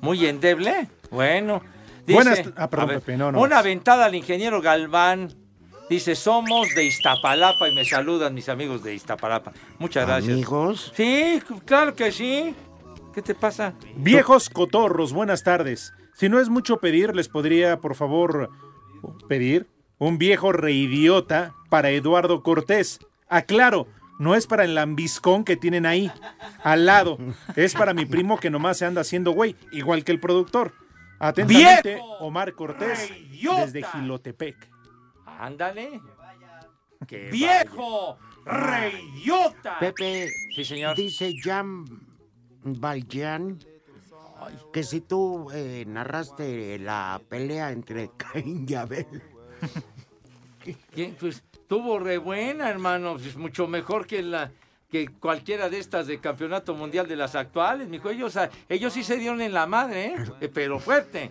C: Muy endeble. Bueno. Dice,
B: Buenas- ah, perdón,
C: a ver,
B: Pepe, no, no.
C: Una aventada al ingeniero Galván. Dice, somos de Iztapalapa y me saludan mis amigos de Iztapalapa. Muchas gracias.
E: ¿Amigos?
C: Sí, claro que sí. ¿Qué te pasa?
B: Viejos cotorros, buenas tardes. Si no es mucho pedir, les podría, por favor, pedir un viejo reidiota para Eduardo Cortés. Aclaro, no es para el lambiscón que tienen ahí, al lado. Es para mi primo que nomás se anda haciendo güey, igual que el productor. Atentamente, Omar Cortés, desde Gilotepec.
C: Ándale. Que ¡Viejo! ¡Reidiota!
E: Pepe,
C: Sí, señor.
E: dice Jan Valjean que si tú eh, narraste la pelea entre Caín y Abel.
C: ¿Quién? Pues tuvo re buena, hermano. Pues, mucho mejor que la que cualquiera de estas de campeonato mundial de las actuales, mijo. Ellos, ah, ellos sí se dieron en la madre, ¿eh? Eh, Pero fuerte.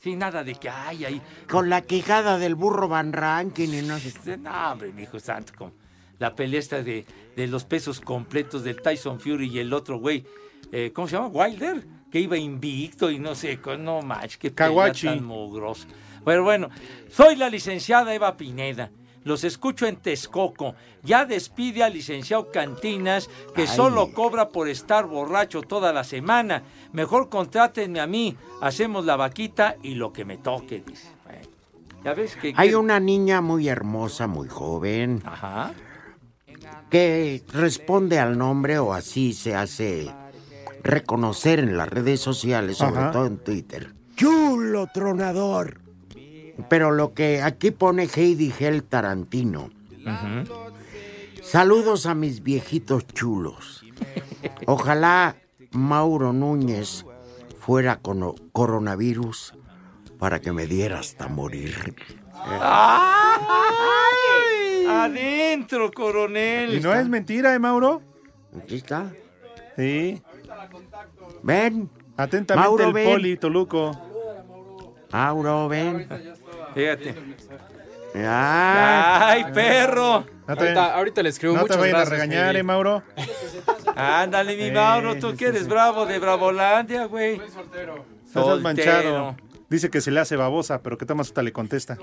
C: Sin nada de que hay ahí.
E: Con la quijada del burro Van Rankin y no sé.
C: Este, No, hombre, mijo santo. como la pelea esta de, de los pesos completos del Tyson Fury y el otro güey. eh, ¿Cómo se llama? Wilder. Que iba invicto y no sé, co- no manches, qué pelea
B: Kawachi.
C: tan mugrosa. Pero bueno, soy la licenciada Eva Pineda. Los escucho en Texcoco. Ya despide al licenciado Cantinas, que
E: Ay.
C: solo cobra por estar borracho toda la semana. Mejor contrátenme a mí. Hacemos la vaquita y lo que me toque, dice. Bueno, ya ves que...
E: Hay
C: que-
E: una niña muy hermosa, muy joven,
C: Ajá.
E: que responde al nombre o así se hace reconocer en las redes sociales, sobre
A: Ajá.
E: todo en Twitter. ¡Chulo tronador! Pero lo que aquí pone Heidi Gel Tarantino. Saludos a mis viejitos chulos. Ojalá Mauro Núñez fuera con coronavirus para que me diera hasta morir.
C: ¡Ay! Adentro, coronel.
B: Y no es mentira, ¿eh, Mauro?
E: Aquí está.
B: Sí.
E: Ven.
B: Atentamente
E: Mauro,
B: el
E: ven.
B: poli, Toluco.
E: Mauro, ven.
C: Fíjate.
E: Ah.
C: ¡Ay, perro!
B: No te- Ahorita-
D: ahorita le escribo,
B: No te
D: muchas
B: vayan a
D: gracias,
B: regañar,
D: Heidi.
B: ¿eh, Mauro?
C: Ándale, mi
B: Sí,
C: Mauro, tú
B: sí,
C: que eres bravo de Bravolandia, güey. Soy soltero.
B: No seas manchado. Dice que se le hace babosa, pero que Tamasuta le contesta.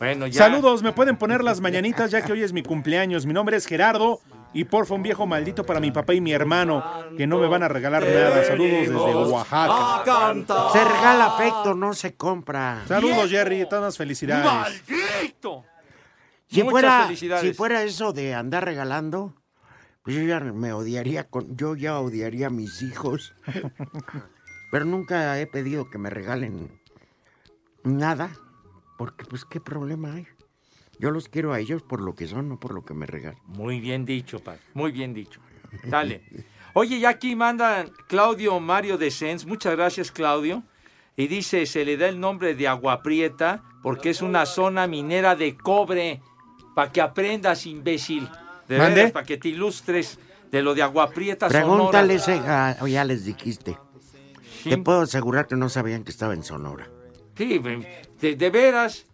C: Bueno, ya.
B: Saludos, me pueden poner las mañanitas ya que hoy es mi cumpleaños. Mi nombre es Gerardo y porfa un viejo maldito para mi papá y mi hermano, que no me van a regalar nada. Saludos desde
C: Ah,
B: Oaxaca.
E: Se regala afecto, no se compra.
B: Saludos, Jerry, todas las felicidades.
C: ¡Maldito!
E: Si
B: Muchas
E: fuera,
B: felicidades.
E: si fuera eso de andar regalando, pues yo ya me odiaría con, yo ya odiaría a mis hijos. Pero nunca he pedido que me regalen nada, porque pues qué problema hay. Yo los quiero a ellos por lo que son, no por lo que me regalan.
C: Muy bien dicho, padre. Muy bien dicho. Dale. Oye, ya aquí manda Claudio Mario de Sens. Muchas gracias, Claudio. Y dice, se le da el nombre de Agua Prieta porque es una zona minera de cobre. Para que aprendas, imbécil. De
E: ¿Mande?
C: para que te ilustres de lo de Agua Prieta Sonora.
E: Pregúntales, eh, ah, ya les dijiste. Te
C: Sí.
E: puedo asegurar que no sabían que estaba en Sonora.
C: Sí, de, de veras.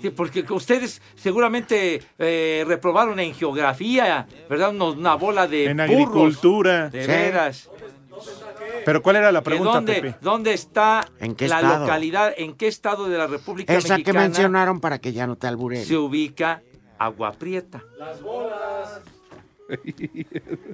C: Sí, porque ustedes seguramente eh, reprobaron en geografía, ¿verdad? Unos- Una, bola de
B: En
C: burros.
B: agricultura.
C: De
B: Sí.
C: veras.
B: Pero ¿cuál era la
C: ¿Que
B: pregunta,
C: dónde,
B: Pepe?
C: ¿Dónde está
E: ¿En qué
C: la
E: estado?
C: localidad? ¿En qué estado de la República
E: Esa que
C: Mexicana
E: mencionaron para que ya no te alburees.
C: se ubica Agua Prieta?
A: Las bolas.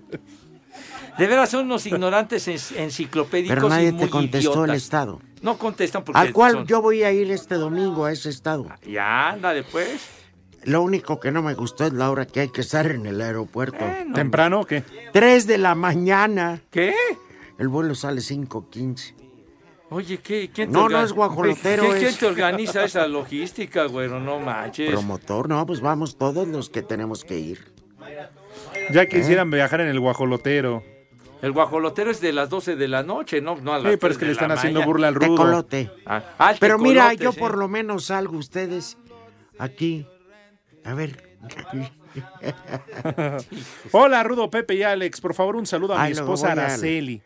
C: De veras son unos ignorantes en- enciclopédicos
E: Pero
C: y
E: nadie
C: muy
E: te contestó el
C: idiotas.
E: estado.
C: No contestan porque
E: ¿Al cual
C: son-
E: yo voy a ir este domingo a ese estado?
C: Ya, anda después.
E: Lo único que no me gustó es la hora que hay que estar en el aeropuerto.
B: ¿Temprano o qué?
E: Tres de la mañana.
C: ¿Qué?
E: El vuelo sale 5.15.
C: Oye, ¿qué, ¿quién
E: No,
C: organ-
E: no es guajolotero,
C: ¿Quién-
E: es-
C: ¿Quién te organiza esa logística, güero? No manches.
E: Promotor, no, pues vamos todos los que tenemos que ir.
B: Ya quisieran
C: ¿Eh?
B: viajar en el guajolotero.
C: El guajolotero es de las 12 de la noche, ¿no? no a las
B: Sí, pero es
C: 3
B: que
C: de
B: le
C: la
B: están haciendo
C: mañana.
B: burla al rudo.
E: Tecolote.
C: Ah, ah, el
E: Pero mira,
C: tecolote,
E: yo
C: sí.
E: por lo menos salgo ustedes aquí. A ver.
B: Hola, Rudo Pepe y Alex. Por favor, un saludo a
E: Pues, Ay,
B: mi
E: luego
B: esposa
E: voy al-
B: Araceli.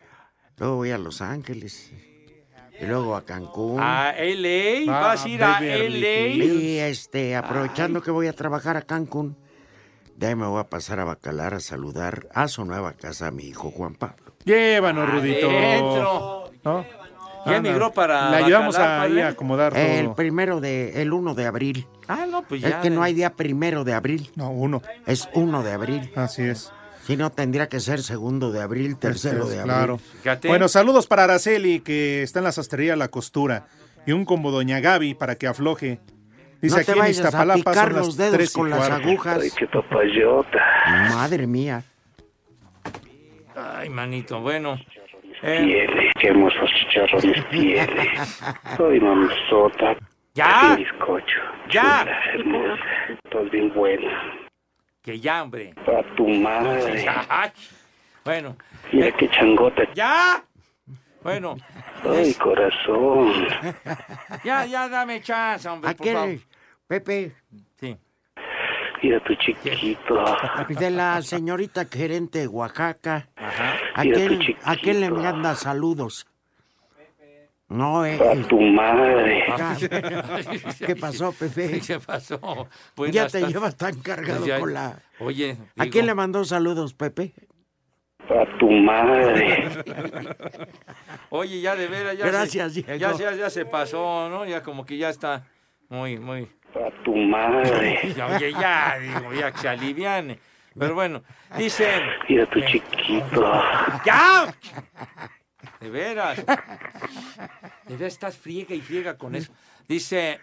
E: Luego voy a Los Ángeles. Y luego a Cancún.
C: A LA, vas Ah, a ir a LA.
E: Y este, aprovechando que voy a trabajar a Cancún, de ahí me voy a pasar a Bacalar a saludar a su nueva casa a mi hijo Juan Pablo.
B: Llévanos, Rudito.
C: Adentro.
B: ¿No?
C: Ya
B: Anda.
C: migró para
B: Le ayudamos
C: Bacalar,
B: a
C: padre.
B: ahí a acomodar todo.
E: El primero de, el 1 de abril.
C: Ah, no, pues
E: es
C: ya.
E: que
C: de-
E: no hay día primero de abril.
B: No, uno.
E: Es 1 de abril.
B: Así es.
E: Si no, tendría que ser segundo de abril, tercero de abril.
B: Pues, Claro.
C: Fíjate.
B: Bueno, saludos para Araceli, que está en la sastrería La Costura. Y un como Doña Gaby para que afloje. Dice
E: No te
B: aquí en
E: vayas a
B: Iztapalapa
E: picar
B: son las
E: los dedos
B: tres y
E: con las
B: cuarto.
E: agujas. Ay, qué papayota. Madre mía.
C: Ay, manito, bueno. Eh,
D: Fieles, qué hermosos chicharrones fieles. Soy mamzota.
C: Ya.
D: Sin Este bizcocho.
C: Ah, Ya.
D: Chula, hermosa. Estás bien buena.
C: Que ya, hombre.
D: A tu madre.
C: Ay, bueno,
D: Mira qué changota.
C: ya. Bueno,
D: Ay, corazón.
C: ya, ya dame chance, hombre, por favor.
E: Aquel, Pepe,
D: Mira tu chiquito.
E: de la señorita gerente de Oaxaca. ¿A
D: Mira
E: quién-
D: tu chiquito.
E: a quién le manda saludos? No, eh.
D: A tu madre.
E: ¿Qué pasó, Pepe?
C: ¿Qué pasó? Pues
E: ya
C: hasta-
E: te llevas tan cargado
B: Pues
C: Ya-
E: con la...
C: Oye,
E: ¿A
C: digo,
E: quién le mandó saludos, Pepe?
D: A tu madre.
C: Oye, ya de veras, ya
E: Gracias,
C: se,
E: Diego.
C: ya, se- ya se pasó, ¿no? Ya como que ya está muy, muy.
D: A tu madre.
C: Ya, oye, ya, digo, ya que se aliviane. Pero bueno, dicen,
D: Mira tu chiquito.
C: ¡ya! De veras. De veras estás friega y friega con eso. Dice,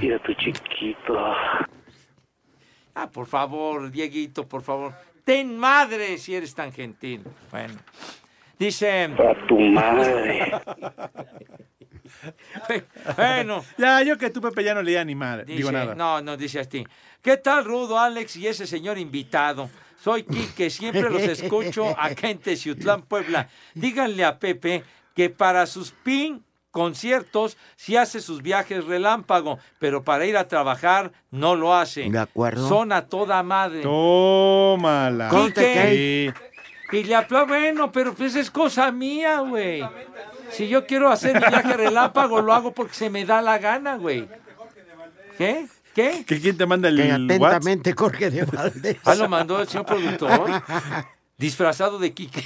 D: Mira tu chiquito.
C: ah, por favor, Dieguito, por favor. Ten madre si eres tan gentil. Bueno. Dice.
D: A tu madre.
C: Bueno.
B: Ya, yo que tú, Pepe, ya no leía ni madre.
C: Dice,
B: Digo nada.
C: No, no dice así. ¿Qué tal, Rudo, Alex y ese señor invitado? Soy Quique, siempre los escucho acá en Teciutlán, Puebla. Díganle a Pepe que para sus pin conciertos sí hace sus viajes relámpago, pero para ir a trabajar no lo hace.
E: De acuerdo.
C: Son a toda madre.
B: Tómala.
C: Conte que-
B: Sí.
C: Y le aplaudo, bueno, pero pues es cosa mía, güey. Si yo quiero hacer mi viaje relámpago, lo hago porque se me da la gana, güey. ¿Qué? ¿Qué?
B: ¿Que ¿Quién te manda el
E: Que
B: WhatsApp?
E: atentamente, Jorge de Valdés.
C: Ah, lo mandó el señor productor. Disfrazado de Quique.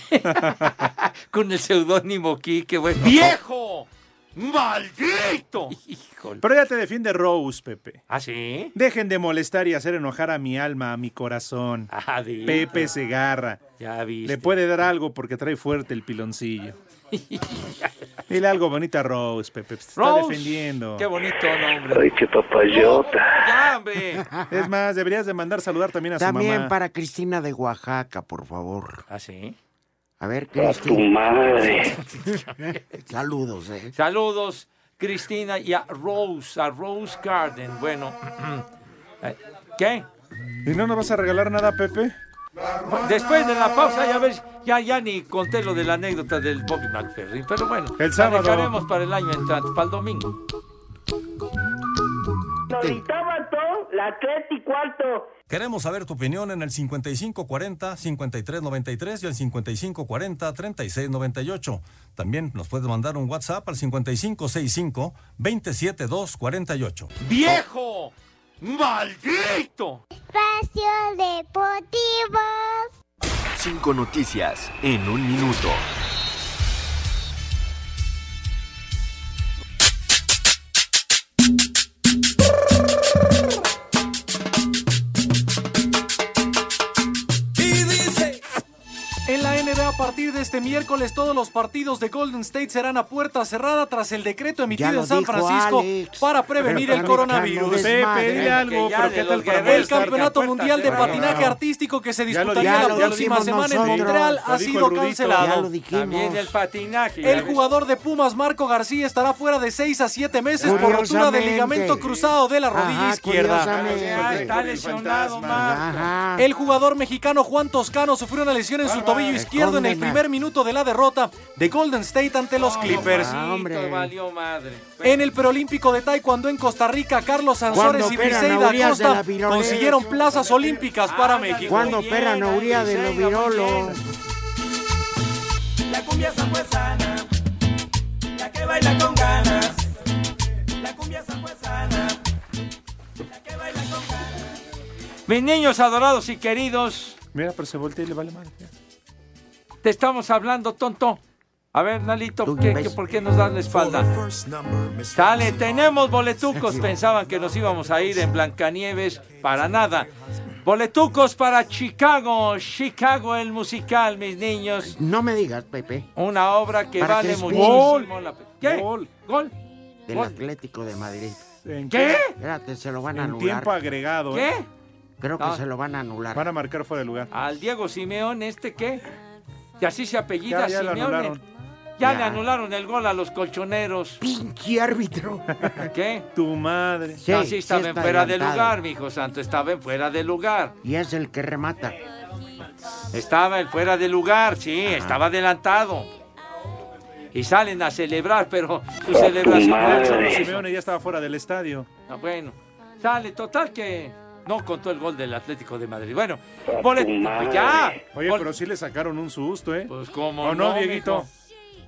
C: Con el seudónimo Quique, güey. ¡Viejo! ¡Maldito! Híjole.
B: Pero ya te defiende Rose, Pepe.
C: ¿Ah, sí?
B: Dejen de molestar y hacer enojar a mi alma, a mi corazón.
C: di-
B: Pepe Segarra.
C: Ah, Ya viste.
B: Le puede dar algo porque trae fuerte el piloncillo. Dile algo bonito a Rose, Pepe. Te está
C: Rose,
B: defendiendo.
C: Qué bonito nombre. Oh,
D: Ay, qué papayota.
C: ¡Ya, hombre!
B: Es más, deberías de mandar saludar también a su
E: También
B: mamá.
E: para Cristina de Oaxaca, por favor.
C: ¿Ah, sí?
E: A ver,
D: A
E: Cristina.
D: tu madre.
E: Saludos, eh.
C: Saludos, Cristina y a Rose, a Rose Garden. Bueno, eh, ¿qué?
B: ¿Y no nos vas a regalar nada, Pepe?
C: Después de la pausa, ya ves, ya, ya ni conté lo de la anécdota del Bobby McFerrin, pero bueno,
B: El sábado.
C: la dejaremos para el año entrante, para el domingo.
I: mató la tres y cuarto.
X: Queremos saber tu opinión en el 5540-5393 y el 5540-3698. También nos puedes mandar un WhatsApp al 5565-27248.
C: ¡Viejo! ¡Maldito!
M: Espacio Deportivo.
A: Cinco noticias en un minuto.
K: Y dice. En la NBA a partir de este miércoles todos los partidos de Golden State serán a puerta cerrada tras el decreto
E: Ya
K: emitido
E: lo
K: en San
E: dijo
K: Francisco
E: Alex.
K: para prevenir
E: Pero
K: el
E: para
K: coronavirus.
E: no desmadre. Pepe, dile algo,
K: Que ya
E: pero
K: de
E: ¿qué tal
K: los
E: para
K: guerreros, El
E: estar de
K: campeonato
E: a puerta
K: mundial de
E: cerrada?
K: patinaje
E: Claro.
K: artístico que se
E: Ya lo
K: disputaría
E: dijo-
K: la
E: ya lo
K: próxima
E: dijimos
K: semana en
E: nosotros.
K: Montreal
E: Lo
K: ha
E: dijo
K: sido
E: el Rudito. Ya
K: cancelado.
E: lo dijimos. También
C: el patinaje.
K: El jugador de Pumas, Marco García, estará fuera de 6 a 7 meses por rotura
C: Curiosamente.
K: del ligamento cruzado de la rodilla
C: Ajá,
K: izquierda.
C: curiosamente. Ah, está lesionado, Marco.
K: El jugador mexicano Juan Toscano sufrió una lesión en su tobillo izquierdo en el
C: condena.
K: primer minuto de la derrota de Golden State ante los Clippers.
C: Pobrecito, valió madre.
K: En el preolímpico de Taekwondo en Costa Rica, Carlos Sansores
E: ¿Cuándo
K: y
E: operan a
K: Briseida
E: Urias de la
K: Acosta
E: Virolé?
K: consiguieron plazas olímpicas para México.
E: Cuando operan a Uría de Novirolo.
V: La cumbia zambuesana, la que baila con ganas. La cumbia zambuesana.
C: Mis niños adorados y queridos,
B: Mira, pero se voltea y le vale madre.
C: te estamos hablando, tonto. A ver, Nalito, ¿qué- qué- ¿por qué nos dan la espalda? Dale, tenemos boletucos. Pensaban que nos íbamos a ir en Blancanieves para nada. Boletucos para Chicago, Chicago el musical, mis niños.
E: No me digas, Pepe.
C: Una obra que
E: Para
C: vale
E: tres
C: muchísimo
E: pesos.
C: la pena. ¿Qué? ¿Gol? ¿Gol?
E: Del Atlético de Madrid.
C: ¿Qué?
E: Espérate, se lo van a
B: En
E: anular.
B: tiempo agregado.
C: ¿Qué?
B: ¿eh?
E: Creo que
C: No.
E: se lo van a anular.
B: Van a marcar fuera de lugar.
C: Al Diego Simeón, ¿este qué? Que así se apellida
B: Ya- ya lo
C: Simeone.
B: anularon.
C: Ya,
B: Ya.
C: le anularon el gol a los colchoneros.
E: ¡Pinche árbitro!
C: ¿Qué?
B: Tu madre.
E: Sí,
C: así estaba
E: sí
C: en
E: está
C: fuera de
E: adelantado.
C: lugar, mi hijo santo. Estaba en fuera de lugar.
E: Y es el que remata.
C: Estaba en fuera de lugar, sí, estaba adelantado. Y salen a celebrar, pero su celebración.
B: El Cholo Simeone ya estaba fuera del estadio.
C: Ah, bueno, sale, total que no contó el gol del Atlético de Madrid. Bueno, bolet- pues ya.
B: Oye, pero sí le sacaron un susto, ¿eh?
C: Pues como
B: ¿O no,
C: no,
B: Dieguito?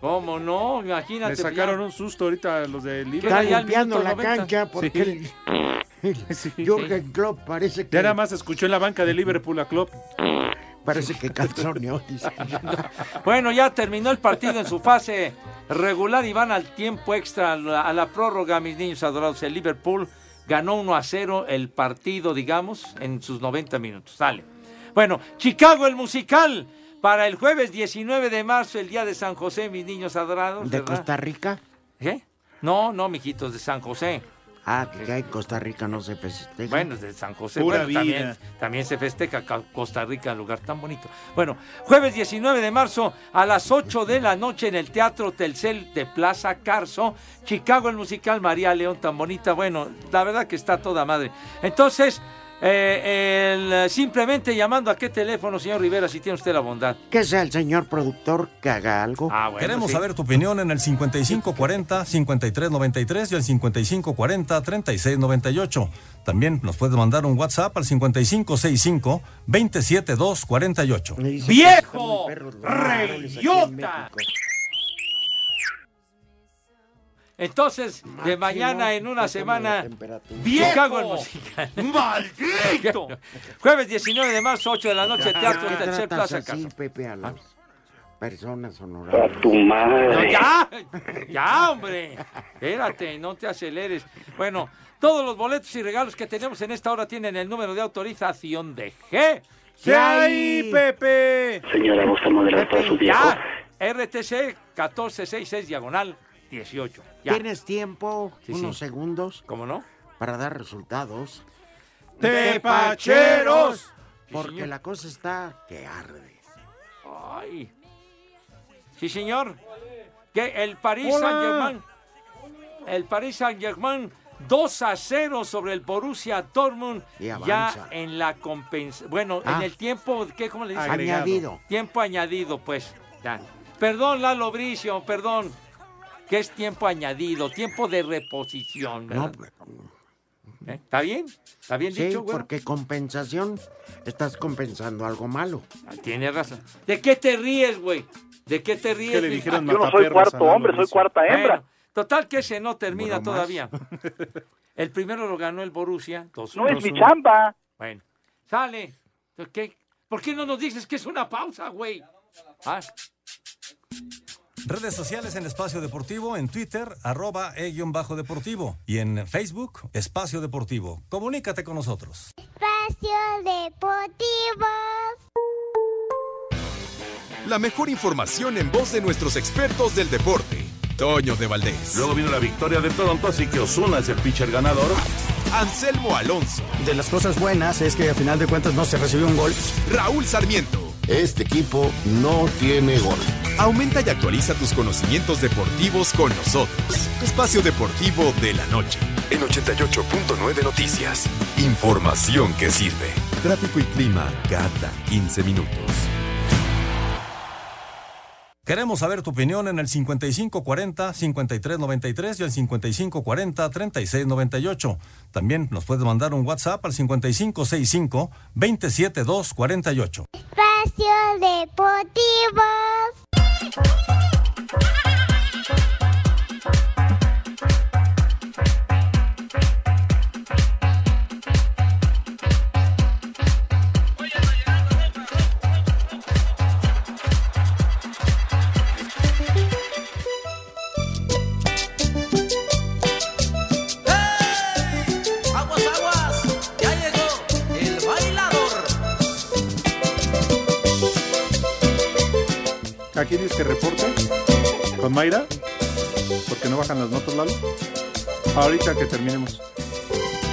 C: ¿Cómo no? Imagínate.
B: Le sacaron un susto ahorita los de Liverpool.
E: Está limpiando la cancha porque
B: Sí.
E: el- Jürgen Klopp parece que...
B: Ya nada más escuchó en la banca de Liverpool a Klopp.
E: Parece que calzoneó, dice.
C: Bueno, ya terminó el partido en su fase regular y van al tiempo extra, a la, a la prórroga, mis niños adorados. El Liverpool ganó 1 a 0 el partido, digamos, en sus 90 minutos. Sale. Bueno, Chicago el musical para el jueves 19 de marzo, el día de San José, mis niños adorados.
E: ¿De
C: ¿verdad?
E: Costa Rica?
C: ¿Eh? No, no, mijitos, de San José.
E: Ah, que en Costa Rica no se festeja.
C: Bueno, de San José.
E: Pura
C: Bueno, también,
E: vida.
C: también se festeja Ca- Costa Rica, lugar tan bonito. Bueno, jueves 19 de marzo a las 8 de la noche en el Teatro Telcel de Plaza Carso, Chicago, el musical María León, tan bonita. Bueno, la verdad que está toda madre. Entonces, eh, el, eh, simplemente llamando a qué teléfono, señor Rivera, si tiene usted la bondad.
E: Que sea el señor productor que haga algo.
C: Ah, bueno,
X: Queremos
C: sí.
X: saber tu opinión en el 5540-5393 y el 5540-3698. También nos puedes mandar un WhatsApp al 5565-27248.
C: ¡Viejo! ¡Reyota! Entonces, de mañana en una semana,
E: ¡Viejo!
C: Chicago el musical. ¡Maldito! Jueves 19 de marzo, 8 de la noche, Teatro
E: ¿Por qué
C: Tercer
E: tratas
C: Plaza
E: así,
C: Casa.
E: Pepe, a las personas honorables?
D: Tu madre.
C: No, ya, ya, hombre. Espérate, no te aceleres. Bueno, todos los boletos y regalos que tenemos en esta hora tienen el número de autorización de G.
B: ¿Qué hay, Pepe?
D: Señora, ¿gusta moderar para su viejo?
C: Ya, RTC 1466 diagonal 18. Ya.
E: ¿Tienes tiempo?
C: Sí,
E: unos
C: sí.
E: segundos.
C: ¿Cómo no?
E: Para dar resultados.
B: ¡Tepacheros!
E: Porque la cosa está que arde.
C: Ay. Sí, señor. Que el Paris
E: Hola.
C: Saint-Germain. El Paris Saint-Germain 2 a 0 sobre el Borussia Dortmund
E: Y
C: ya
E: avanza.
C: en la compensa bueno en
E: Ah.
C: el tiempo ¿qué, cómo le dicen?
E: Agregado. Añadido.
C: tiempo añadido pues Ya. perdón Lalo Bricio perdón que es tiempo añadido tiempo de reposición
E: No, pues,
C: ¿verdad? ¿Eh? está bien está bien
E: sí,
C: dicho güey
E: porque compensación estás compensando algo malo.
C: Tienes Ah, razón. ¿De qué te ríes güey de qué te ríes
E: le
C: mi-
E: dijeron Yo no soy mataperros cuarto a Lalo hombre, soy Bricio. cuarta hembra.
C: Bueno, total que ese no termina
E: Bueno, más.
C: todavía el primero lo ganó el Borussia dos-
F: No es mi
C: 2-1.
F: chamba.
C: Bueno, sale. ¿Por qué? ¿Por qué no nos dices que es una pausa, güey? Ah,
X: Redes sociales en Espacio Deportivo, en Twitter, arroba E e-deportivo y en Facebook, Espacio Deportivo. Comunícate con nosotros.
M: Espacio Deportivo.
G: La mejor información en voz de nuestros expertos del deporte. Toño de Valdés. Luego vino la victoria de Toronto, así que Osuna es el pitcher ganador. Anselmo Alonso.
H: De las cosas buenas es que a final de cuentas no se recibió un gol.
G: Raúl Sarmiento. Este equipo no tiene gol. Aumenta y actualiza tus conocimientos deportivos con nosotros. Espacio Deportivo de la Noche. En 88.9 Noticias. Información que sirve. Tráfico y clima cada 15 minutos.
X: Queremos saber tu opinión en el 5540-5393 y el 5540-3698. También nos puedes mandar un WhatsApp al 5565-27248.
M: Espacio Deportivo.
V: Aguas, aguas, ya llegó el bailador.
B: ¿A quién es que reporte? ¿Con Mayra? Porque no bajan las notas, Lalo. Ahorita que terminemos.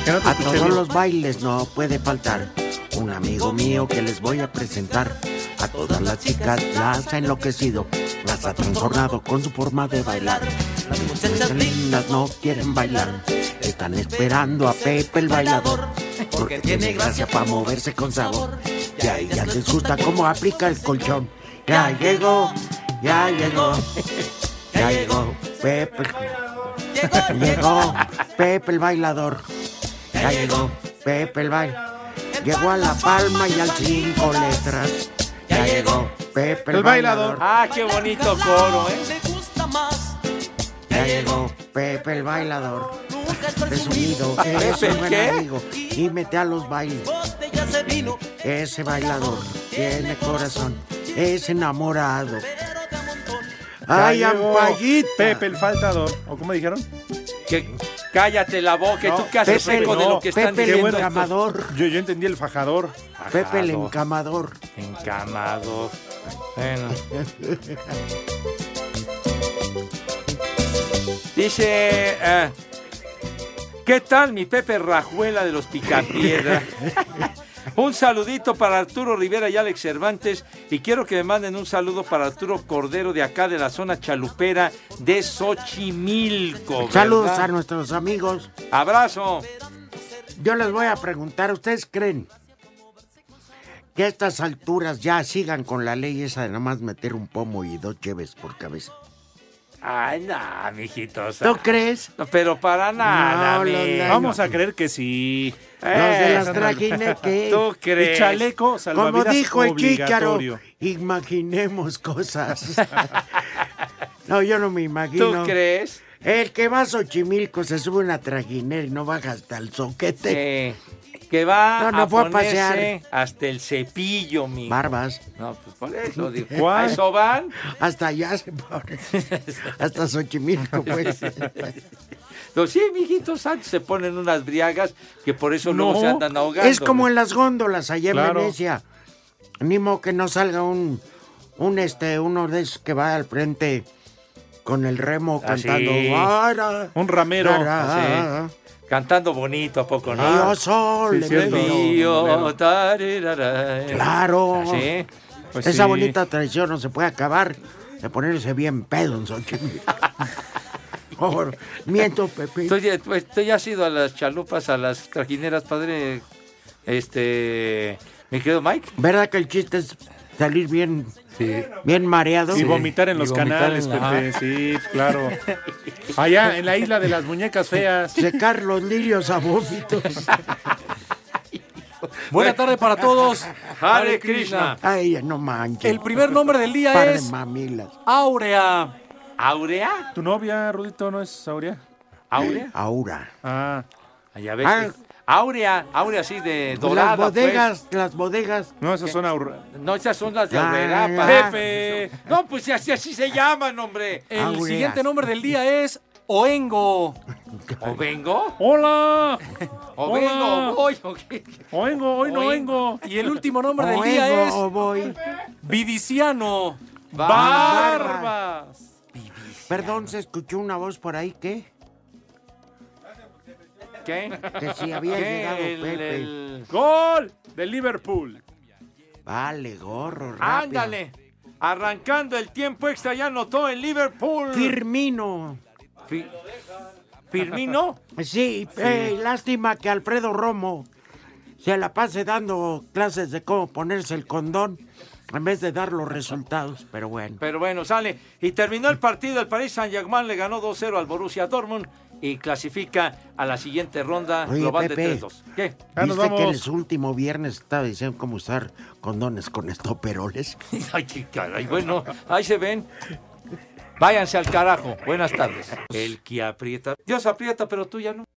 B: Que
C: Ah,
B: no te
E: A
B: escuché
E: todos
B: bien.
E: los bailes no puede faltar un amigo mío que les voy a presentar. A todas las chicas las ha enloquecido, las ha transformado con su forma de bailar. Las muchachas lindas no quieren bailar, están esperando a Pepe el bailador. Porque tiene gracia para moverse con sabor. Y a ellas les gusta cómo aplica el colchón. Ya llegó, ya llegó, ya llegó Pepe. el- Llegó Pepe el bailador. Ya llegó Pepe el baile. Llegó a La Palma y al cinco letras. Ya llegó Pepe el bailador.
C: Ah, qué bonito coro, ¿eh?
E: Ya llegó Pepe el bailador. Presumido,
V: ¿Pepe
E: eres un
V: el
E: buen
V: qué?
E: amigo. Y mete a los bailes. Ese bailador tiene corazón. Es enamorado. Ay,
B: Ya llegó
E: Ampayita.
B: Pepe el faltador. ¿O cómo dijeron?
C: Que cállate la boca. ¿Tú qué haces
B: Pepe,
C: eco de
B: no,
C: lo que están
B: Pepe el
C: diciendo? estos?
E: encamador.
B: Yo, yo entendí el fajador.
E: Pepe el encamador.
C: Encamado. Bueno. Dice, eh, ¿qué tal mi Pepe Rajuela de los Picapiedra? un saludito para Arturo Rivera y Alex Cervantes y quiero que me manden un saludo para Arturo Cordero de acá de la zona chalupera de Xochimilco. ¿verdad?
E: Saludos a nuestros amigos.
C: Abrazo.
E: Yo les voy a preguntar, ¿ustedes creen que a estas alturas ya sigan con la ley esa de nomás meter un pomo y dos cheves por cabeza?
C: Ay, no, mijitos.
E: ¿Tú crees?
C: No, pero para nada,
E: No,
C: mi.
E: no, no.
B: Vamos a creer que sí.
C: Eh,
E: Los de las
B: Eso Eh, no-
E: trajinetes.
C: ¿Tú crees?
B: Y chaleco
E: Como
B: salvavidas
E: dijo el Chícharo,
B: obligatorio.
E: imaginemos cosas. no, yo no me imagino.
C: ¿Tú crees?
E: El que va a Xochimilco se sube a una trajinera y no baja hasta el soquete.
C: Sí. Que va
E: Este, No, no
C: a
E: fue a
C: ponerse
E: pasear.
C: hasta el cepillo, mi.
E: Barbas.
C: No, pues por eso digo.
E: ¿Cuál?
C: ¿A eso van?
E: Hasta allá se pone. hasta Xochimilco, pues.
C: No, sí, mijitos, antes se ponen unas briagas que por eso luego se andan ahogando.
E: Es como en las góndolas allá en
C: Claro.
E: Venecia. Ni modo que no salga un, un este, uno de esos que va al frente con el remo
C: Así.
E: cantando. "Ara,
C: Un ramero.
E: Ah, ara".
C: Así. Cantando bonito, ¿a poco no?
E: Yo solo
C: ah, Sí,
E: le
C: cierto.
E: pido.
C: Mío, tararara.
E: Claro.
C: Sí. Pues
E: Esa
C: sí.
E: bonita tradición no se puede acabar de ponerse bien pedo en Xochimilco. favor. Miento, Pepe.
C: ¿Tú, ya- pues, tú ya has ido a las chalupas, a las trajineras, padre? Este. Mi querido Mike.
E: ¿Verdad que el chiste es salir bien, bien mareado?
B: Y vomitar en
E: Y
B: los
E: vomitar
B: canales,
E: en la-
B: Pepe, sí, claro. Allá en la isla de las muñecas feas.
E: Secar los lirios a vómitos. Pues-
K: Buena tarde para todos.
C: Hare Krishna.
E: Ay, no manches.
K: El primer nombre del día
E: Par de
K: es-
E: mamilas.
K: Áurea.
C: ¿Aurea?
B: ¿Tu novia, Rudito, no es Aurea?
C: ¿Aurea?
E: Aura.
B: Ah.
C: Ya ves.
E: Ah.
C: es Aurea, Aurea así de dorada.
E: Las bodegas, las bodegas.
B: No, esas son Aura.
C: pues. No, esas son las de
E: Ah,
C: Aurera,
E: ah.
C: Pepe. No, pues así, así se llaman, hombre.
K: El siguiente nombre del día es Oengo.
C: ¿O vengo?
B: ¡Hola!
C: ¿O vengo? ¿Voy? ¿O qué?
B: Oengo, hoy no vengo.
K: Y el último nombre del día es Vidiciano.
E: Barbas. Perdón, se escuchó una voz por ahí, ¿qué?
C: ¿Qué?
E: Que si había
B: ¿Qué?
E: llegado
B: El-
E: Pepe.
B: el- ¡Gol de Liverpool!
E: Vale, gorro, rápido.
C: Ándale. Arrancando el tiempo extra, ya anotó el Liverpool.
E: Firmino.
C: Fi- ¿Firmino?
E: Sí, eh, lástima que Alfredo Romo se la pase dando clases de cómo ponerse el condón en vez de dar los resultados, pero bueno.
C: Pero bueno, sale. Y terminó el partido. El Paris Saint-Germain le ganó 2-0 al Borussia Dortmund y clasifica a la siguiente ronda
E: Oye,
C: global
E: Pepe.
C: de 3-2. ¿Qué?
E: ¿Viste que el último viernes estaba diciendo cómo usar condones con estoperoles?
C: Ay, qué caray. Bueno, ahí se ven. Váyanse al carajo. Buenas tardes. El que aprieta. Dios aprieta, pero tú ya no.